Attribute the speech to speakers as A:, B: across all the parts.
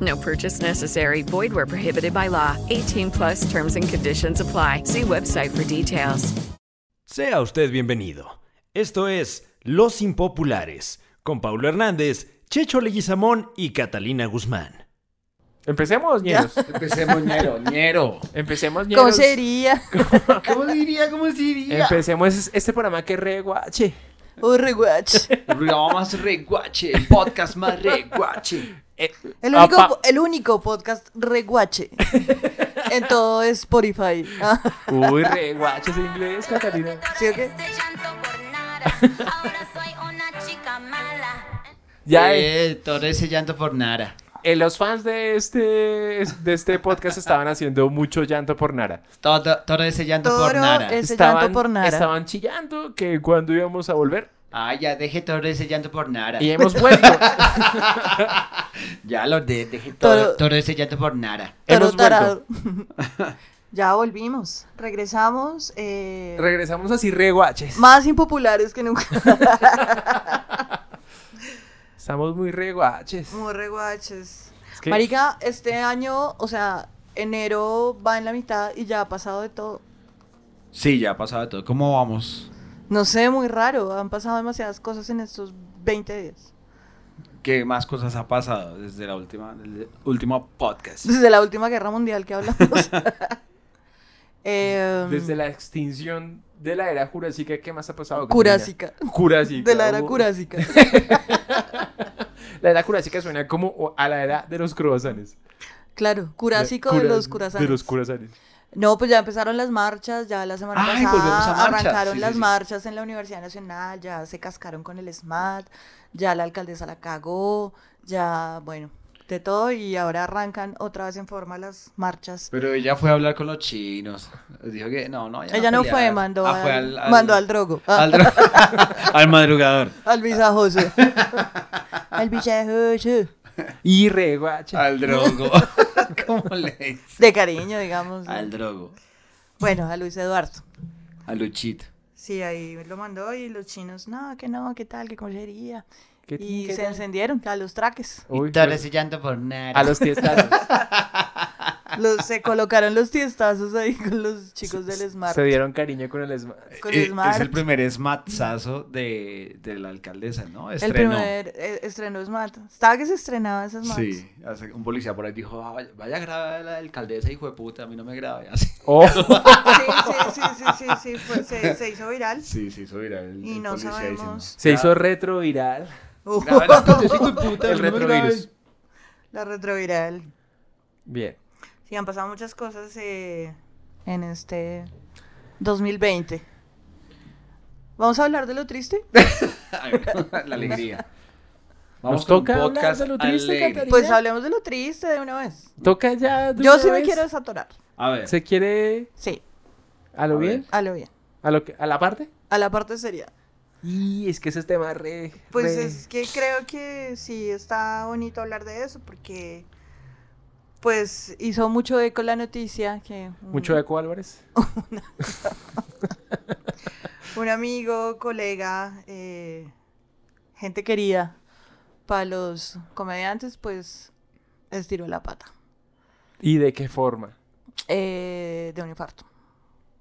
A: No purchase necessary. Void where prohibited by law. 18 plus terms and conditions apply. See website for details.
B: Sea usted bienvenido. Esto es Los Impopulares, con Paulo Hernández, Checho Leguizamón y Catalina Guzmán.
C: Empecemos, ñeros.
D: Empecemos ñero, ñero.
C: Empecemos, ñeros.
E: ¿Cómo sería?
D: ¿Cómo diría? ¿Cómo diría?
C: Empecemos este programa que
E: Eh,
C: reguache.
E: Un reguache.
D: El programa más reguache, el podcast más reguache.
C: Eh,
E: El único,
C: apa.
E: po- el único podcast reguache en todo Spotify. Ah,
C: Uy, reguache es inglés, Catalina.
E: ¿Sí o qué?
C: Ya, eh,
D: Eh, todo ese llanto por nada.
C: eh, los fans de este, de este podcast estaban haciendo mucho llanto por Nara.
D: Todo, todo ese llanto
E: Todo
D: por nada.
E: es- Ese
C: estaban,
E: llanto por Nara.
C: Estaban chillando que cuando íbamos a volver.
D: Ah, ya dejé todo ese llanto por nada.
C: Y hemos vuelto.
D: Ya lo de, dejé todo,
E: Todo-
D: todo ese llanto por nada.
E: Toro
C: hemos vuelto.
E: tarado. ya volvimos. Regresamos. eh,
C: Regresamos así reguaches.
E: más impopulares que nunca.
C: Estamos muy reguaches.
E: Muy reguaches.
C: Es que-
E: Marica, este año, o sea, enero va en la mitad y ya ha pasado de todo.
D: Sí, ya ha pasado todo. ¿Cómo vamos?
E: No sé, muy raro. Han pasado demasiadas cosas en estos 20 días.
D: ¿Qué más cosas ha pasado desde la última, desde el último podcast?
E: Desde la última guerra mundial que hablamos. Em,
C: Desde la extinción de la era jurásica, ¿qué más ha pasado? Catalina?
E: Curásica.
C: Jurásica.
E: De la era
C: uy.
E: Curásica.
C: La era jurásica suena como a la era de los croazanes.
E: Claro, Curásico
C: La-
E: de los
C: cura-
E: curasanes.
C: De los curasanes.
E: No, pues ya empezaron las marchas, ya la semana
D: Ay, volvemos a
E: pasada
D: marchas.
E: arrancaron
D: Sí, sí,
E: las
D: sí.
E: marchas en la Universidad Nacional, ya se cascaron con el SMAT, ya la alcaldesa la cagó, ya, bueno, de todo y ahora arrancan otra vez en forma las marchas.
D: Pero ella fue a hablar con los chinos. Dijo que no, no.
E: Ella no fue,
D: pelear.
E: mandó,
D: Ah,
E: al,
D: fue al,
E: mandó al drogo, ah,
D: al, dro- al madrugador.
E: al visajoso. al visajoso.
C: Y reguache.
D: Al drogo. ¿Cómo le dice?
E: De cariño, digamos. ¿no?
D: Al drogo.
E: Bueno, a Luis Eduardo.
D: A Luchito.
E: Sí, ahí lo mandó y los chinos, no, que no, que tal, que cómo sería.
C: ¿Qué-
E: y
C: qué
E: se
C: tal?
E: encendieron a los traques.
C: Uy,
D: Todo
C: pero-
D: ese llanto por nada.
C: a los tiestazos.
E: Los, se colocaron los tiestazos ahí con los chicos del Smart.
C: se dieron cariño con el esma.
E: Con
D: Eh,
E: Smart.
D: es el primer smatzazo de, de la alcaldesa, ¿no?
E: El
D: Estrenó.
E: primer eh, estreno Smart. Estaba que se estrenaba esas Smart.
D: Sí, hace- un policía por ahí dijo, "Ah, vaya, vaya a grabar a la alcaldesa, hijo de puta, a mí no me grabe. Así.
C: Oh,
E: Sí, sí, sí, sí, sí, sí, fue- se, se hizo viral.
D: Sí, sí, eso era el,
E: Y
D: el
E: no
D: policía diciendo,
E: sabemos.
C: se hizo retroviral.
E: Uh,
D: "Grabe a la alcaldesa, hijo de puta,
C: El
D: no me
C: retrovirus.
D: grabe".
E: la retroviral.
C: Bien.
E: Sí, han pasado muchas cosas eh, en este 2020. ¿Vamos a hablar de lo triste?
D: Ay, no, la alegría.
C: Nos
D: con
C: toca hablar de lo triste,
D: alegre.
C: Catarina.
E: Pues hablemos de lo triste de una vez.
C: Toca ya. de
E: Yo
C: una
E: sí me
C: vez.
E: quiero desatorar.
D: A ver,
C: ¿Se quiere
E: Sí,
C: a lo
D: A
C: bien?
E: a lo bien.
C: ¿A, lo que- ¿A la parte?
E: A la parte seria.
C: Y es que ese tema re.
E: Pues
C: re-
E: es que creo que sí está bonito hablar de eso porque pues hizo mucho eco la noticia que un,
C: Mucho eco, Álvarez.
E: un amigo, colega, eh, gente querida para los comediantes pues estiró la pata
C: ¿Y de qué forma?
E: eh, de un infarto.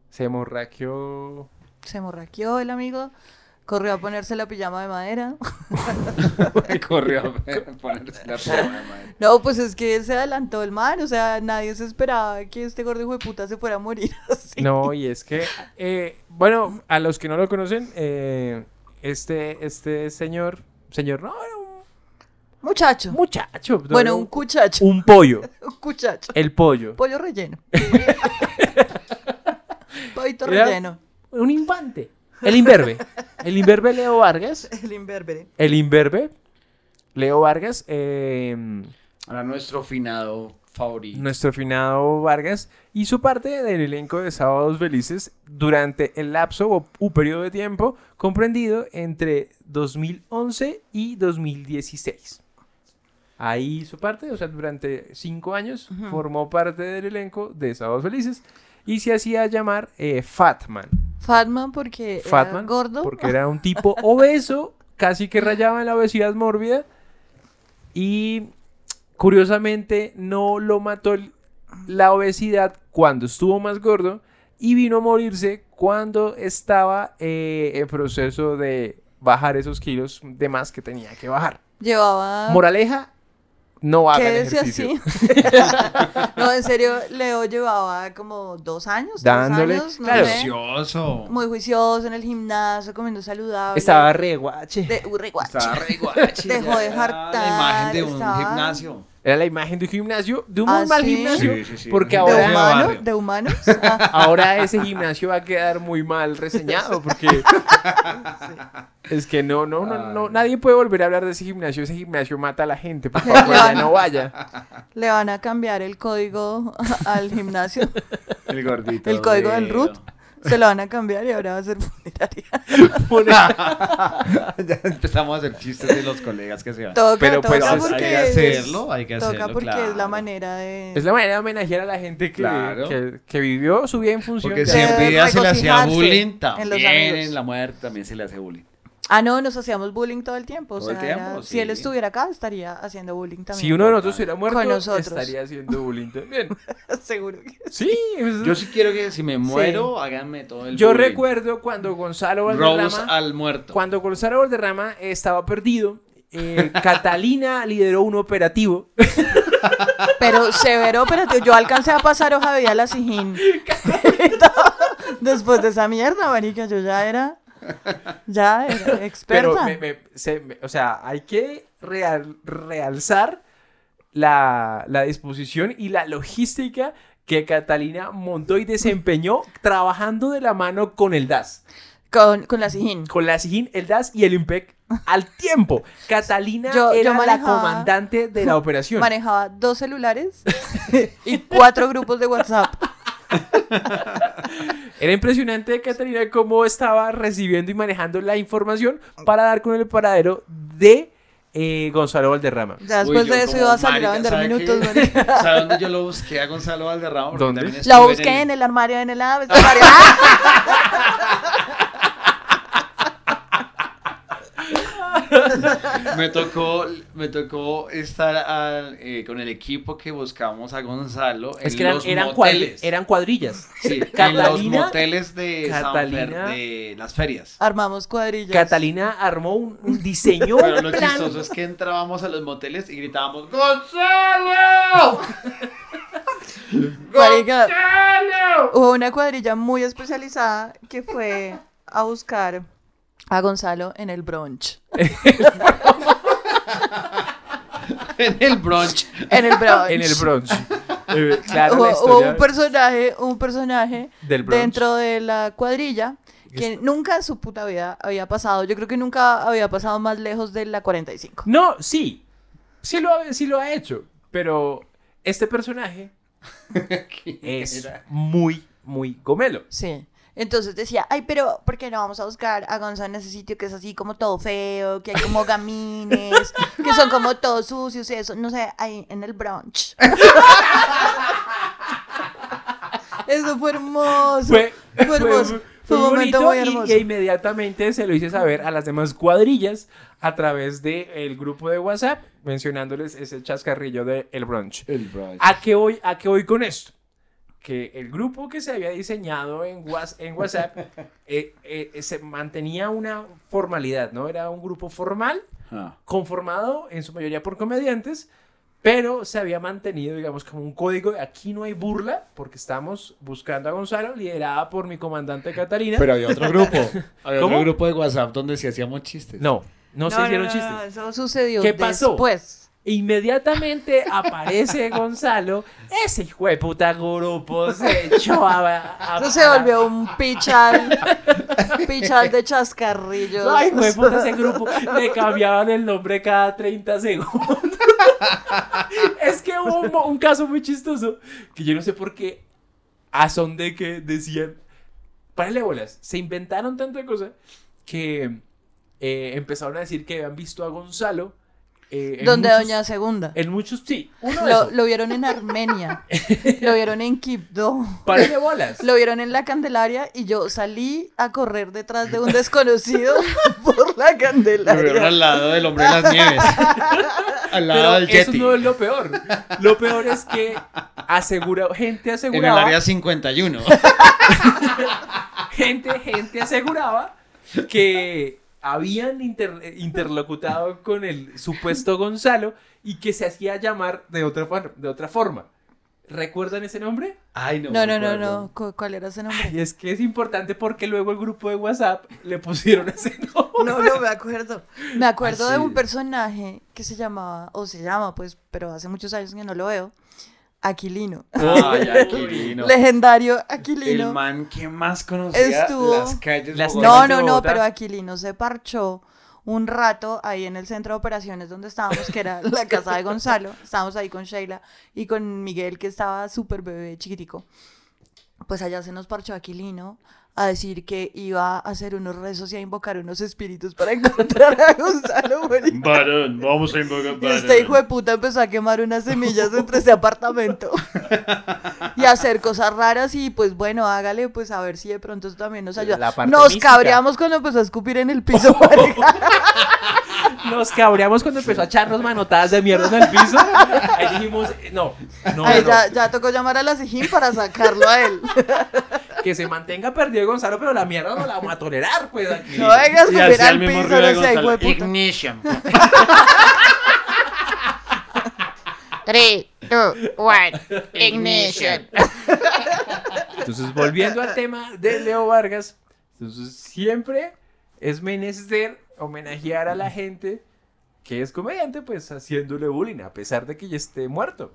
C: Se morraqueó.
E: Se morraqueó el amigo Corrió a ponerse la pijama de madera.
D: Corrió a ponerse la pijama de madera.
E: No, pues es que se adelantó el man, o sea, nadie se esperaba que este gordo hijo de puta se fuera a morir así.
C: No, y es que, eh, bueno, a los que no lo conocen, eh, este, este señor, señor, no, era un
E: Muchacho.
C: muchacho.
E: Bueno, un cuchacho.
C: Un Eh. pollo.
E: Un cuchacho.
C: El pollo.
E: Pollo relleno. Pollito
C: Era
E: relleno.
C: Un infante. El imberbe. El imberbe Leo Vargas.
E: El imberbere.
C: El imberbe Leo Vargas. eh,
D: Ahora nuestro finado favorito.
C: nuestro finado Vargas hizo parte del elenco de Sábados Felices durante el lapso o u periodo de tiempo comprendido entre 2011 y 2016. Ahí hizo parte, o sea, durante cinco años formó parte del elenco de Sábados Felices y se hacía llamar eh, Fatman.
E: Fatman porque era
C: Fatman,
E: eh, gordo.
C: porque era un tipo obeso, casi que rayaba en la obesidad mórbida. Y curiosamente no lo mató el- la obesidad cuando estuvo más gordo y vino a morirse cuando estaba eh, en proceso de bajar esos kilos de más que tenía que bajar.
E: Llevaba...
C: Moraleja, no hagan
E: Quédese
C: ejercicio.
E: Ah. así. no, en serio, Leo llevaba como dos años. tres
C: Dándole,
E: años, no
C: claro.
E: sé.
D: Delicioso.
E: Muy juicioso en el gimnasio, comiendo saludable.
C: Estaba re guache.
E: De urre guache.
D: Estaba re guachi,
E: Dejó
D: ya
E: de
D: era
E: jartar,
D: La imagen de un
E: estaba-
D: gimnasio.
C: Era la imagen de un gimnasio, de un
E: ¿Ah,
C: muy mal
E: sí?
C: gimnasio,
D: Sí, sí, sí.
C: porque
D: De
E: ¿De
C: ahora...
D: Ahora-
E: humano? ¿De humanos? Ah,
C: Ahora ese gimnasio va a quedar muy mal reseñado porque es que no, no, no, no, nadie puede volver a hablar de ese gimnasio. Ese gimnasio mata a la gente, por favor, ya no vaya.
E: Le van a cambiar el código al gimnasio.
D: El gordito.
E: El código del
D: de-
E: root. Se lo van a cambiar y ahora va a ser funeraria.
D: ya empezamos a hacer chistes de los colegas que se van.
E: Toca,
C: Pero,
E: toca
C: pues, hay
E: porque
D: que hacerlo, hay que
E: es- Toca
D: hacerlo,
E: porque es la
D: claro.
E: manera de...
C: Es la manera de homenajear a la gente que,
D: Claro.
C: que, que vivió su vida en función.
D: Porque
C: de-
D: si en vida se le hacía
E: regocijarse
D: bullying,
E: en los
D: también
E: amigos.
D: en la muerte también se le hace bullying.
E: Ah, no, nos hacíamos bullying todo el tiempo. O
D: Todo el
E: sea, era-
D: tiempo,
E: si él
D: sí.
E: estuviera acá, estaría haciendo bullying también.
C: si uno de nosotros hubiera
E: Con
C: muerto,
E: nosotros.
C: estaría haciendo bullying también.
E: Seguro que
C: Sí,
E: Mm.
C: es-
D: Yo
C: yo,
D: sí quiero que si me muero, háganme todo el bullying.
C: recuerdo cuando Gonzalo
D: Rose
C: Valderrama...
D: al muerto.
C: Cuando Gonzalo Valderrama estaba perdido, eh, Catalina lideró un operativo.
E: Pero severo operativo. Yo alcancé a pasar hoja de vida a la Sijín. Después de esa mierda, marica, yo ya era... Ya era
C: Pero,
E: experta.
C: me- me- se- me- o sea, hay que real- realzar la, la disposición y la logística que Catalina montó y desempeñó trabajando de la mano con el DAS,
E: Con, con la Sijín.
C: con la SIGIN, el DAS y el IMPEC al tiempo. Catalina
E: Yo- yo
C: era la
E: manejaba-
C: comandante de la operación.
E: Manejaba dos celulares y cuatro grupos de WhatsApp.
C: Era impresionante de Catalina cómo estaba recibiendo y manejando la información para dar con el paradero de eh, Gonzalo Valderrama.
E: Ya
D: Uy,
E: después
D: yo
E: de eso
D: como,
E: iba a salir a
D: "Marica,
E: vender
D: ¿sabe
E: minutos.
D: qué?
E: marica.
D: ¿Sabe dónde yo lo busqué a Gonzalo Valderrama? Porque
C: ¿Dónde?
D: también
E: La
D: estuve
E: busqué en
D: el-
E: el armario, en el ave- armario. ¡Ah!
D: Me tocó, me tocó estar al- eh, con el equipo que buscamos a Gonzalo en
C: Es que eran,
D: los
C: eran, cuadri-
D: moteles.
C: eran cuadrillas.
D: Sí, en los
C: Catalina-
D: moteles de, San
C: Catalina-
D: Fer- de las ferias.
E: Armamos cuadrillas.
C: Catalina armó un, un diseño.
D: Pero lo
C: un plan.
D: chistoso es que entrábamos a los moteles y gritábamos ¡Gonzalo!
E: Marica.
D: ¡Gonzalo!
E: Hubo una cuadrilla muy especializada que fue a buscar a Gonzalo en el brunch.
D: En el brunch.
E: En el brunch.
C: en el Bronx. Eh, claro, la
E: hubo, hubo
C: historia
E: un personaje, un personaje
C: del Bronx.
E: dentro de la cuadrilla que nunca en su puta vida había pasado. Yo creo que nunca había pasado más lejos de la 45.
C: No, sí. Sí lo, ha- sí lo ha hecho. Pero este personaje es muy, muy gomelo.
E: Sí. Entonces decía, ay, pero ¿por qué no vamos a buscar a Gonzalo en ese sitio que es así como todo feo, que hay como gamines, que son como todos sucios y eso? No sé, ahí en el brunch. eso fue hermoso.
C: Fue,
E: Fue hermoso. Fue un momento muy
C: bonito
E: hermoso.
C: y, e inmediatamente se lo hice saber a las demás cuadrillas a través del grupo de WhatsApp mencionándoles ese chascarrillo de El Brunch.
D: El brunch.
C: ¿A qué voy, a qué voy con esto? que el grupo que se había diseñado en, Whats- en WhatsApp eh, eh, eh, se mantenía una formalidad, ¿no? Era un grupo formal,
D: Ah.
C: conformado en su mayoría por comediantes, pero se había mantenido, digamos, como un código de aquí no hay burla, porque estamos buscando a Gonzalo, liderada por mi comandante Catalina.
D: Pero había otro grupo. Había
C: ¿Cómo?
D: otro grupo de WhatsApp donde se hacíamos chistes.
C: No, no, se hicieron
E: no,
C: chistes.
E: no, eso sucedió
C: ¿Qué pasó?
E: después.
C: Inmediatamente aparece Gonzalo, ese hijo de puta grupo se echó a... a-
E: Eso se volvió un pichal, pichal de chascarrillos.
C: Ay, hijo de puta, ese grupo le cambiaban el nombre cada 30 segundos. es que hubo un, mo- un caso muy chistoso que yo no sé por qué, a son de que decían, párale bolas, se inventaron tanta cosa que eh, empezaron a decir que habían visto a Gonzalo. eh, en
E: Donde
C: muchos-
E: Doña Segunda.
C: En muchos, sí, uno de
E: Lo,
C: esos.
E: lo vieron en Armenia, lo vieron en Quibdó,
C: Párale bolas.
E: lo vieron en la Candelaria y yo salí a correr detrás de un desconocido por la
D: Lo vieron
E: Candelaria.
D: al lado del hombre de las nieves. al lado
C: Pero
D: del
C: eso
D: Yeti.
C: no es lo peor. Lo peor es que asegura, gente
D: En el
C: aseguraba
D: área 51.
C: gente, gente aseguraba que habían inter- interlocutado con el supuesto Gonzalo y que se hacía llamar de otra, for- de otra forma. ¿Recuerdan ese nombre?
D: Ay, no.
E: No,
D: me
E: no, no,
D: acuerdo.
E: no. ¿cu- ¿Cuál era ese nombre?
C: Y es que es importante porque luego el grupo de WhatsApp le pusieron ese nombre.
E: No, no me acuerdo. Me acuerdo de
D: Ah, sí.
E: un personaje que se llamaba, o se llama, pues, pero hace muchos años que no lo veo, Aquilino.
D: Ay, Aquilino.
E: Legendario
D: El
E: Aquilino.
D: man que más conocía
E: Estuvo-
D: las calles
C: Las
D: bogotanas.
C: de
E: No, no, no,
C: Bogotá.
E: pero Aquilino se parchó un rato ahí en el centro de operaciones donde estábamos, que era la casa de Gonzalo. Estábamos ahí con Sheila y con Miguel, que estaba súper bebé, chiquitico. Pues allá se nos parchó Aquilino a decir que iba a hacer unos rezos y a invocar unos espíritus para encontrar a Gonzalo. marica.
D: Varón, vamos a invocar
E: Y este hijo de puta empezó a quemar unas semillas entre ese apartamento y a hacer cosas raras y pues bueno, hágale pues a ver si de pronto eso también nos ayuda.
C: La parte
E: Nos
C: mística.
E: cabreamos cuando empezó a escupir en el piso. marica.
C: Nos cabreamos cuando empezó a echarnos manotadas de mierda en el piso. Ahí dijimos, eh, no, no,
E: Ay,
C: no,
E: ya, ya tocó llamar a la Sijín para sacarlo a él.
C: que se mantenga perdido Gonzalo, pero la mierda no la vamos a tolerar, pues aquí.
E: No vengas a
D: Y
E: escupir
D: hacía el
E: al
D: mismo
E: piso,
D: ruido de
E: no sea hijo
D: Gonzalo.
E: de puta.
D: Ignition.
F: Three, two, one. Ignition.
C: Entonces, volviendo al tema de Leo Vargas, entonces siempre es menester homenajear a la gente que es comediante, pues haciéndole bullying, a pesar de que ya esté muerto.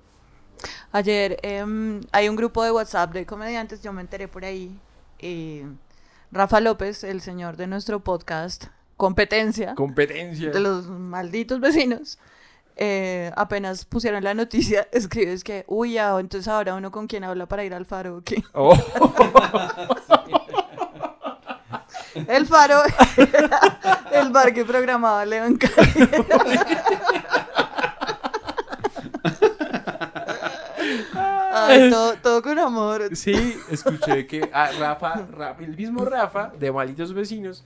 E: Ayer em, hay un grupo de WhatsApp de comediantes, yo me enteré por ahí. eh, Rafa López, el señor de nuestro podcast, competencia.
C: Competencia.
E: de los malditos vecinos, eh, apenas pusieron la noticia, escribes que, uy, ya, entonces ahora uno con quien habla para ir al faro, ¿o qué?".
C: Oh,
E: El faro era el bar que programaba León Cali. Ay, todo, todo con amor.
C: sí, escuché que ah, Rafa, Ra- el mismo Rafa de Malitos Vecinos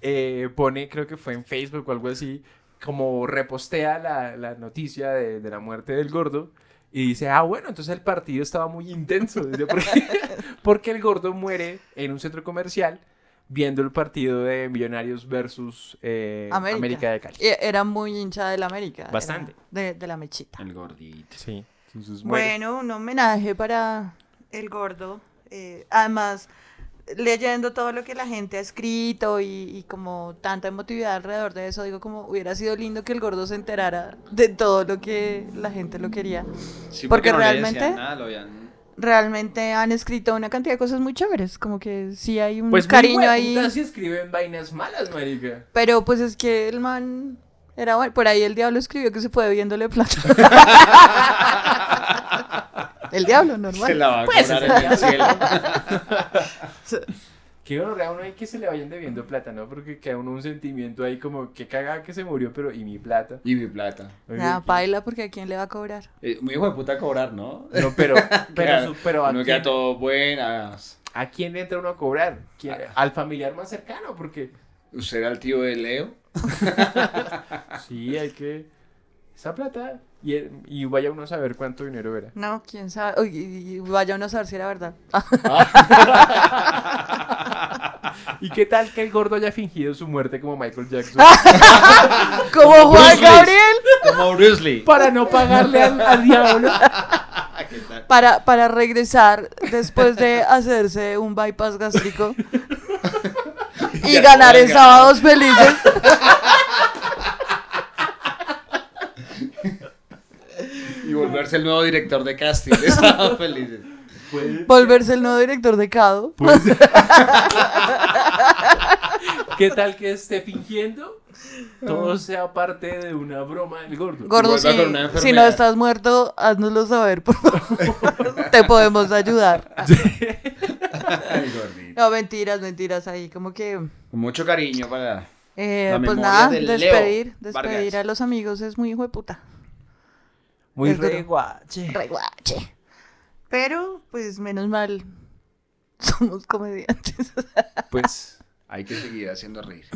C: eh, pone, creo que fue en Facebook o algo así, como repostea la, la noticia de, de la muerte del gordo. Y dice, ah, bueno, entonces el partido estaba muy intenso. Dice, porque, porque el gordo muere en un centro comercial viendo el partido de Millonarios versus eh, América.
E: América.
C: de Cali.
E: E- Era muy hincha del América. era
C: Bastante.
E: De, de la mechita.
D: El gordito.
C: Sí, entonces muere.
E: Bueno, un homenaje para el gordo. eh, además, leyendo todo lo que la gente ha escrito y, y como tanta emotividad alrededor de eso, digo como hubiera sido lindo que el gordo se enterara de todo lo que la gente lo quería.
D: Sí,
E: Porque
D: no le decían
E: realmente-
D: nada, lo habían-
E: Realmente han escrito una cantidad de cosas muy chéveres, como que sí hay un
C: Pues
E: cariño ahí.
C: si escriben vainas malas, marica.
E: Pero pues es que el man era bueno. Por ahí el diablo escribió que se fue viéndole plata. el diablo, normal.
D: Se la va a
E: pues,
D: cobrar en el cielo.
C: Qué gonorrea uno hay que se le vayan debiendo plata, ¿no? Porque queda uno un sentimiento ahí como, qué cagada que se murió, pero ¿y mi plata?
D: Y mi plata.
E: Nada, paila, porque a quién le va a cobrar.
D: Eh, muy hijo de puta cobrar, ¿no?
C: No, pero, pero, su- pero ¿a, quién,
D: no queda todo ah, buenas.
C: ¿a quién le entra uno a cobrar? ¿Quién-
D: Ah.
C: al familiar más cercano, porque
D: ¿Usted era el tío de Leo?
C: sí, hay que... Esa plata Y, él- y vaya uno a saber cuánto dinero era.
E: No, quién sabe. Uy, y- y vaya uno a saber si era verdad.
C: ¿Y qué tal que el gordo haya fingido su muerte como Michael Jackson?
D: Ah,
E: Ah, Como Juan
C: Bruce Lee.
E: Gabriel.
D: Como Bruce Lee.
C: Para no pagarle al, al diablo.
D: Ah,
E: Para, para regresar después de hacerse un bypass gástrico y
D: Ya,
E: ganar en
D: oiga.
E: sábados felices.
D: Y volverse el nuevo director de casting. Estaba feliz.
E: Volverse el nuevo director de Cado.
C: ¿Qué tal que esté fingiendo? Todo sea parte de una broma del gordo.
E: Gordo, si, si no estás muerto, haznoslo saber, por favor. Te podemos ayudar.
D: Ay, gordito.
E: No, mentiras, mentiras. Ahí como que...
D: Con mucho cariño para.
E: eh,
D: la
E: pues
D: memoria
E: nada,
D: de Leo
E: despedir,
D: Vargas.
E: despedir a los amigos es muy hijo de puta.
C: Muy
E: Es duro.
C: reguache.
E: Reguache. Pero, pues menos mal, somos comediantes.
C: Pues
D: Hay que seguir haciendo reír.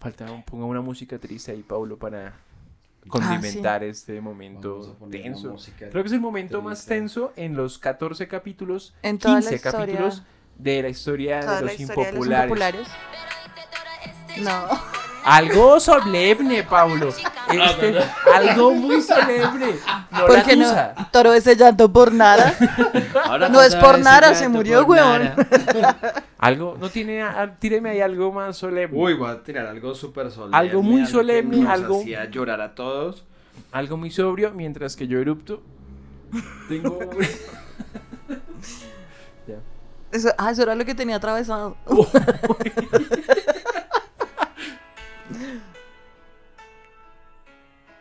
C: falta un- ponga una música triste ahí, Pablo, para
E: Ah,
C: condimentar este momento tenso. Creo que es el momento más tenso en los 14 capítulos,
E: En toda la
C: 15
E: historia.
C: capítulos de la historia,
E: Toda
C: de,
E: la
C: los
E: historia de los
C: impopulares.
E: impopulares. No.
C: Algo solemne, Pablo. Este,
E: perdón.
C: algo muy solemne. No la
E: Porque
C: tusa.
E: no toro ese llanto por nada.
C: Ahora
E: no
C: tú
E: es por
C: sabes,
E: nada,
C: ese
E: se
C: llanto
E: murió,
C: por
E: weón.
C: Algo, no tiene, a- tíreme ahí algo más solemne.
D: Uy, voy a tirar algo súper solemne.
C: Algo muy
D: que
C: solemne,
D: nos
C: algo-
D: hacía llorar a todos.
C: Algo muy sobrio, mientras que yo erupto. Tengo... Ya.
E: Eso, ah, eso era lo que tenía atravesado.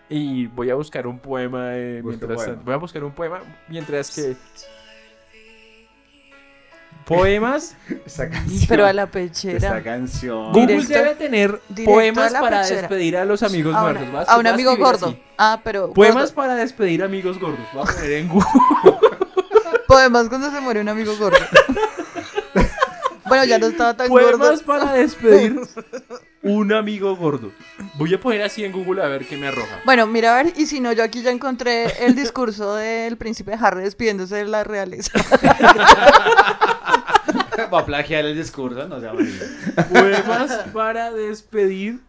C: Y voy a buscar un poema eh,
D: Busca
C: mientras
D: poema.
C: tanto. Voy a buscar un poema mientras que. Poemas.
D: Esa canción.
E: Pero a la pechera.
D: Esa canción.
C: Google
E: Directo-
C: debe tener
E: directo a
C: poemas
E: la
C: para
E: pechera.
C: despedir a los amigos
E: A una-
C: muertos. Vas-
E: a un
C: vas
E: amigo
C: escribir
E: gordo.
C: así.
E: Ah, pero.
C: Poemas para despedir amigos gordos. Voy a poner en Google.
E: gordo. Poemas cuando se muere un amigo gordo. bueno, ya no estaba tan gordo.
C: Poemas para despedir un amigo gordo. Voy a poner así en Google a ver qué me arroja.
E: Bueno, mira a ver, y si no, yo aquí ya encontré el discurso del príncipe Harry despidiéndose de la realeza.
D: Va a plagiar el discurso, no sea marica.
C: Poemas para despedir.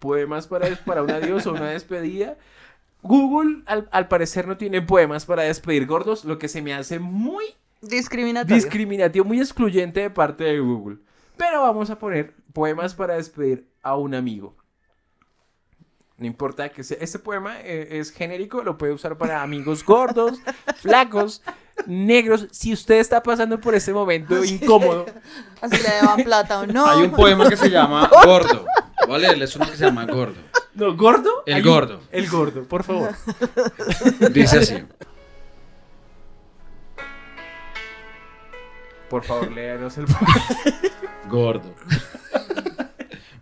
C: Poemas para, para un adiós o una despedida. Google, al, al parecer, no tiene poemas para despedir gordos, lo que se me hace muy
E: Discriminatorio.
C: discriminativo, muy excluyente de parte de Google. Pero vamos a poner poemas para despedir a un amigo. No importa que sea. Este poema eh, es genérico, lo puede usar para amigos gordos, flacos, negros. Si usted está pasando por ese momento incómodo,
E: Así le daban plata o no.
D: Hay un poema que se llama Gordo. Voy a leerles uno que se llama Gordo.
C: No, gordo.
D: El
C: Hay un-
D: gordo.
C: El gordo, por favor.
D: Dice así.
C: Por favor, léanos el
D: Gordo.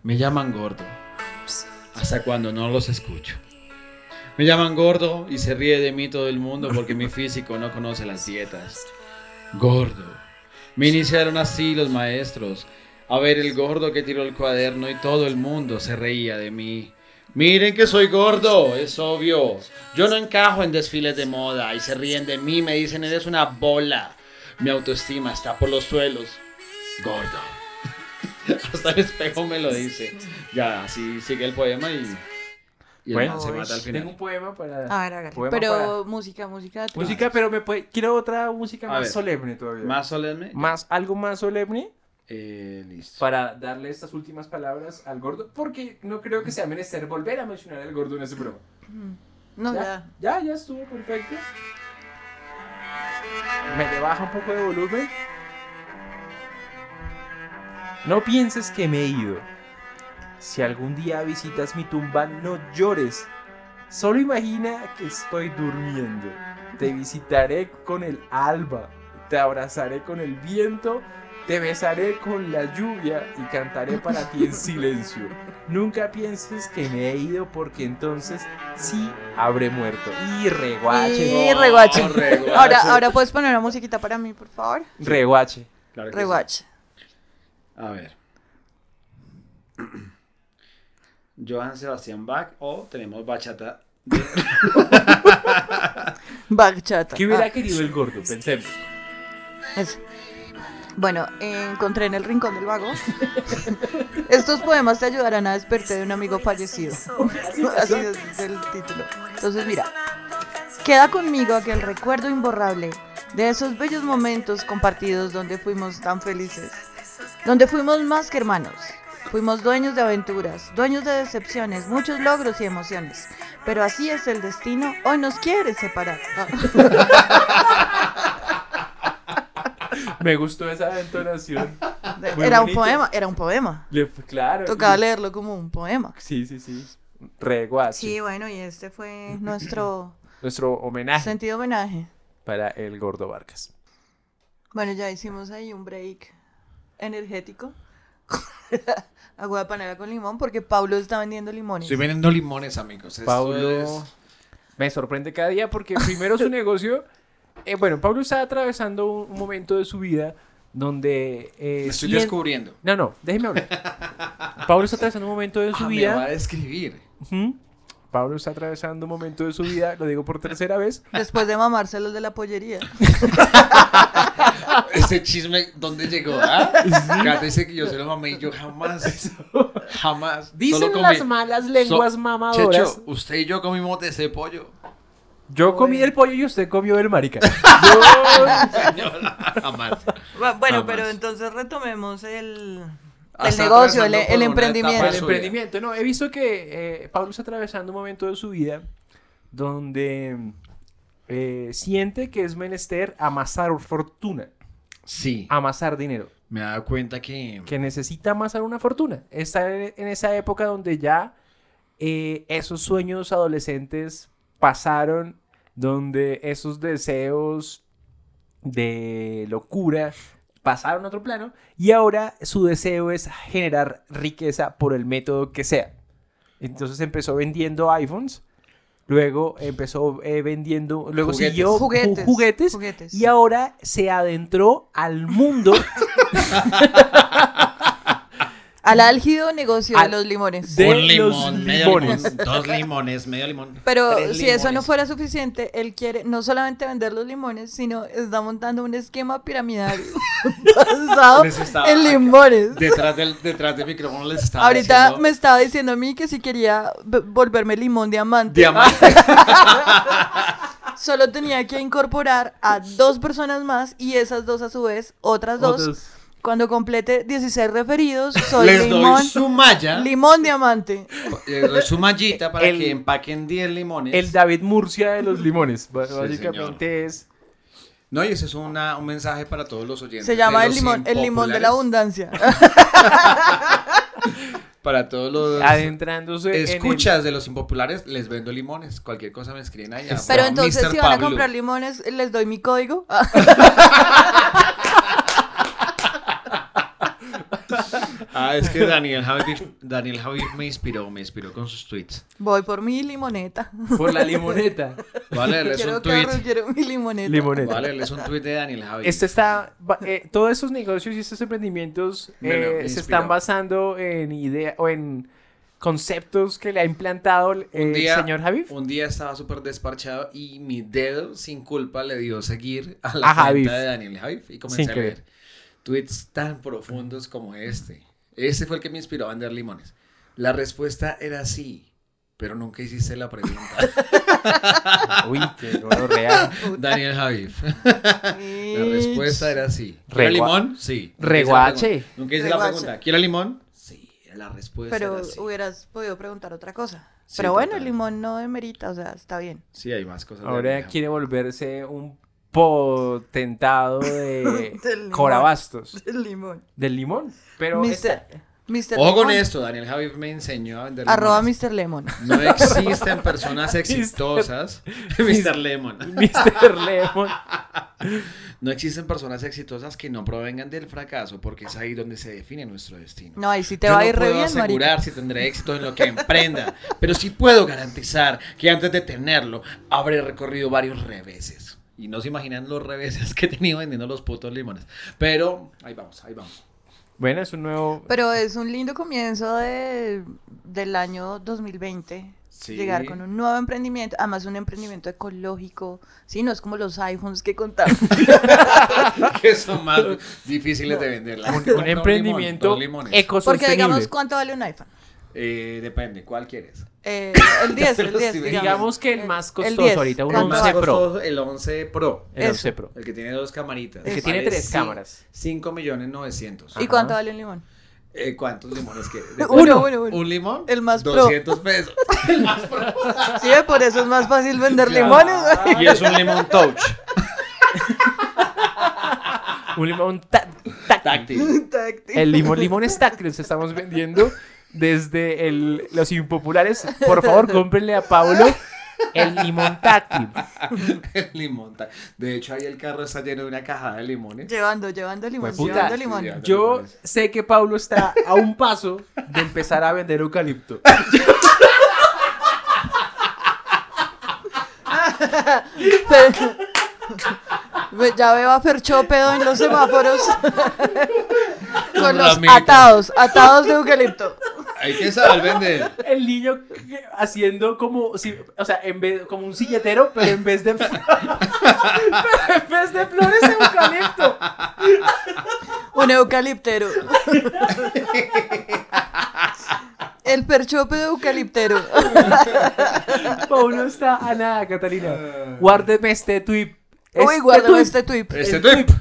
D: Me llaman gordo. Hasta cuando no los escucho. Me llaman gordo y se ríe de mí todo el mundo porque mi físico no conoce las dietas. Gordo. Me iniciaron así los maestros. A ver el gordo que tiró el cuaderno y todo el mundo se reía de mí. Miren que soy gordo, es obvio. Yo no encajo en desfiles de moda y se ríen de mí, me dicen eres una bola. Mi autoestima está por los suelos. Gordo. Hasta el espejo me lo dice. Ya, así sigue el poema y, y el man se mata al
C: Tengo
D: final.
C: un poema para.
E: A ver, hágale.
C: poema
E: Pero
C: para-
E: música, música. triste.
C: Música, pero me puede- quiero otra música
D: A
C: más
D: ver.
C: solemne todavía.
D: Más solemne.
C: Más- algo más solemne
D: Eh, listo.
C: para darle estas últimas palabras al gordo, porque no creo que sea menester volver a mencionar al gordo en ese programa.
E: No, ya.
C: Ya, ya, ya estuvo perfecto. Me le baja un poco de volumen. No pienses que me he ido. Si algún día visitas mi tumba, no llores. Solo imagina que estoy durmiendo. Te visitaré con el alba. Te abrazaré con el viento. Te besaré con la lluvia y cantaré para ti en silencio. Nunca pienses que me he ido porque entonces sí habré muerto. Y reguache.
E: Y reguache.
D: No, reguache.
E: Ahora, ahora puedes poner una musiquita para mí, por favor.
C: Reguache.
D: Claro que sí.
E: Reguache.
D: A ver. Johann Sebastian Bach o tenemos bachata de...
E: Bachata.
C: ¿Qué hubiera
E: Ah.
C: querido el gordo? Pensemos.
E: Eso. Bueno, eh, encontré en el rincón del vago. Estos poemas te ayudarán a despertar de un amigo fallecido. Así es el título. Entonces, mira. Queda conmigo aquel recuerdo imborrable de esos bellos momentos compartidos donde fuimos tan felices. Donde fuimos más que hermanos. Fuimos dueños de aventuras, dueños de decepciones, muchos logros y emociones. Pero así es el destino. Hoy nos quiere separar.
C: Me gustó esa entonación. Muy
E: era un
C: bonito.
E: poema, era un poema.
C: Le- claro.
E: Tocaba leerlo como un poema.
C: Sí, sí, sí. Reguacho.
E: Sí, bueno, y este fue nuestro
C: Nuestro homenaje
E: sentido homenaje.
C: para el gordo Vargas.
E: Bueno, ya hicimos ahí un break energético. Agua de panela con limón, porque Pablo está vendiendo limones.
D: Estoy vendiendo limones, amigos. Esto
C: Pablo
D: es-
C: me sorprende cada día porque primero su negocio... eh, bueno, Pablo está atravesando un, un momento de su vida donde... eh,
D: Me estoy
C: sí es-
D: descubriendo.
C: No, no, déjeme hablar. Pablo está atravesando un momento de su
D: Ah, me
C: vida...
D: va a describir.
C: Ujú. Pablo está atravesando un momento de su vida, lo digo por tercera vez.
E: Después de mamárselos de la pollería.
D: Ese chisme, ¿dónde llegó? ah? Cata dice que yo se lo mamé y yo jamás, jamás.
C: Dicen
D: Solo
C: las malas lenguas mamadoras.
D: Checho, usted y yo comimos de ese pollo.
C: Yo comí el pollo y usted comió el marica.
D: Señora, jamás.
E: bueno,
D: Jamás.
E: pero entonces retomemos el,
D: Ah,
E: el
D: está
E: negocio, el,
D: atravesando por
E: el
D: una
E: emprendimiento.
D: etapa
C: el
D: suya.
C: emprendimiento. No, he visto que eh, Pablo está atravesando un momento de su vida donde eh, siente que es menester amasar fortuna,
D: Sí,
C: amasar dinero,
D: me he dado cuenta que...
C: que necesita amasar una fortuna. Está en, en esa época donde ya eh, esos sueños adolescentes pasaron, donde esos deseos de locura pasaron a otro plano y ahora su deseo es generar riqueza por el método que sea. Entonces empezó vendiendo iPhones, luego empezó eh, vendiendo, luego
D: Juguetes.
C: siguió ju-
E: Juguetes,
C: juguetes,
E: juguetes.
C: y ahora se adentró al mundo
E: Al álgido negocio
C: Al-
E: de los limones.
C: de
D: un
C: los
D: limón, medio
C: limones.
D: limón, dos limones, medio limón.
E: Pero si
D: tres
E: eso no
D: limones.
E: fuera suficiente, él quiere no solamente vender los limones, sino está montando un esquema piramidal basado
D: Les estaba-
E: en limones.
D: Detrás del, detrás del micrófono les estaba
E: Ahorita
D: diciendo-
E: me estaba diciendo a mí que si quería v- volverme limón diamante,
D: Diamante.
E: solo tenía que incorporar a dos personas más y esas dos a su vez, otras dos.
C: Otros.
E: Cuando complete 16 referidos, soy
D: Les doy
E: limón,
D: su malla,
E: limón diamante.
D: les doy su mallita para
C: El-
D: que empaquen 10 limones.
C: el David Murcia de los limones. Ba-
D: Sí,
C: Básicamente es
D: No, y ese es una- un mensaje para todos los oyentes.
E: Se
D: de
E: llama el
D: los
E: limón, el limón de la
D: impopulares.
E: abundancia.
D: Para todos los
C: adentrándose en el-
D: escuchas de los impopulares, les vendo limones. Cualquier cosa me escriben allá.
E: Pero entonces
D: Mr.
E: si van a
D: Pablo.
E: comprar limones, les doy mi código.
D: Ah, es que Daniel Javier, Daniel Javier me inspiró, me inspiró con sus tweets.
E: Voy por mi limoneta.
C: por la limoneta.
D: Voy a leerles
E: quiero
D: un tweet.
E: carro, quiero mi limoneta.
C: limoneta.
D: Voy a leerles un tweet de Daniel Javier.
C: Este está, ba- eh, todos estos negocios y estos emprendimientos
D: Me lo- me
C: eh, se
D: inspiró.
C: están basando en idea o en conceptos que le ha implantado el
D: Un
C: eh,
D: día-
C: señor Javif.
D: Un día estaba súper desparchado y mi dedo sin culpa le dio seguir a la
C: A Javif.
D: cuenta de Daniel Javif y comencé
C: Sin
D: a
C: querer.
D: leer tweets tan profundos como este. Este fue el que me inspiró a vender limones. La respuesta era sí, pero nunca hiciste la pregunta.
C: Uy, qué real.
D: Daniel Javif. La respuesta era sí.
C: Regua-
D: ¿Quiero limón? Sí. Nunca hice la
C: Reguache.
D: pregunta. Nunca hice la
E: Reguache.
D: pregunta. ¿Quiero limón? Sí. La respuesta
E: Pero
D: era sí.
E: hubieras podido preguntar otra cosa.
D: Sí,
E: Pero bueno,
D: total.
E: el limón no demerita, o sea, está bien.
D: Sí, hay más cosas. de Daniel
C: Ahora
D: Javif.
C: quiere volverse un potentado de
E: Del limón.
C: corabastos
E: El limón.
C: del limón. Pero este
E: Mister,
C: está-
E: Mister
D: Ojo con
E: Lemon,
D: esto, Daniel Javif me enseñó a vender
E: Arroba
D: limones.
E: Mr. Lemon.
D: No existen personas exitosas. Mr. Lemon.
C: Mr. Lemon.
D: No existen personas exitosas que no provengan del fracaso, porque es ahí donde se define nuestro destino.
E: No, ahí sí te
D: Yo
E: va a
D: no
E: ir re
D: puedo
E: bien,
D: asegurar
E: marica.
D: si tendré éxito en lo que emprenda, pero sí puedo garantizar que antes de tenerlo habré recorrido varios reveses. Y no se imaginan los reveses que he tenido vendiendo los putos limones. Pero ahí vamos, ahí vamos.
C: Bueno, es un nuevo.
E: Pero es un lindo comienzo de- del año 2020.
D: Sí.
E: Llegar con un nuevo emprendimiento, además un emprendimiento ecológico. Sí, no es como los iPhones que contamos.
D: que son más difíciles de vender. La gente
C: Un
D: compra
C: emprendimiento
D: limón, los limones.
C: Pues
E: Porque digamos, ¿cuánto vale un iPhone?
D: Eh, depende, ¿cuál quieres?
E: Eh, el 10, el 10.
D: Digamos
C: que el más
E: el
C: costoso
E: 10,
C: ahorita, un
E: ¿cuánto
C: 11
E: vale?
C: Pro.
D: El 11 Pro.
C: El Eso. 11 Pro.
D: El que tiene dos camaritas.
C: El que tiene tres cámaras.
D: 5 millones 900.
E: ¿Y cuánto vale un limón?
D: Eh, ¿Cuántos limones quieres?
E: Uno, uno, uno.
D: ¿Un limón?
E: El más pro.
D: 200 pesos.
E: Sí, por eso es más fácil vender
D: Claro.
C: Ah,
E: limones. güey.
D: Y es un limón touch.
E: Ah.
C: Un limón tá- táctil.
E: Táctil.
C: El limón, limones táctiles estamos vendiendo desde el- los impopulares. Por favor, cómprenle a Pablo el limón táctil.
D: el limón táctil. De hecho, ahí el carro está lleno de una caja de limones.
E: Llevando, llevando limón,
C: Hueputa.
E: llevando limón.
C: Yo sé que Pablo está a un paso de empezar a vender eucalipto.
E: Ve- Ya veo a Fercho pedo en los semáforos. Con los
D: Ramita.
E: atados, atados de eucalipto.
D: Hay que saber vender.
C: El niño que- haciendo como, si- o sea, en vez, como un silletero, pero en vez de, pero en vez de flores eucalipto.
E: Un eucaliptero. El perchope de eucaliptero.
C: Pablo está a nada, Catalina. Guárdeme este tweet.
E: Uy, guárdame este tweet.
D: Este twip.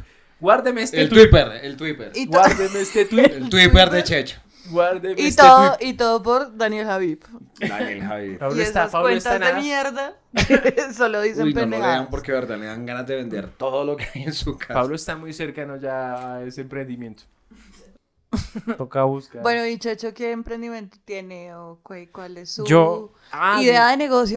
C: Guárdeme este
D: El
C: tweet.
D: twipper. El twipper.
E: Y, to-
C: Guárdeme este tweet.
D: El twipper de Checho.
C: Guárdeme
E: y
C: este
E: todo,
C: tweet.
E: y todo por Daniel Javib.
D: Daniel Javier.
C: Pablo
E: Y
C: está,
E: esas
C: Pablo está a
E: cuentas de
C: nada.
E: mierda solo dicen
D: Uy, no, no le
E: pendejadas.
D: dan porque, de verdad, le dan ganas de vender todo lo que hay en su casa.
C: Pablo está muy cercano ya a ese emprendimiento. Toca buscar.
E: Bueno, y Checho, ¿qué emprendimiento tiene o cu- cuál es su
C: Yo- Ah,
E: idea de negocio?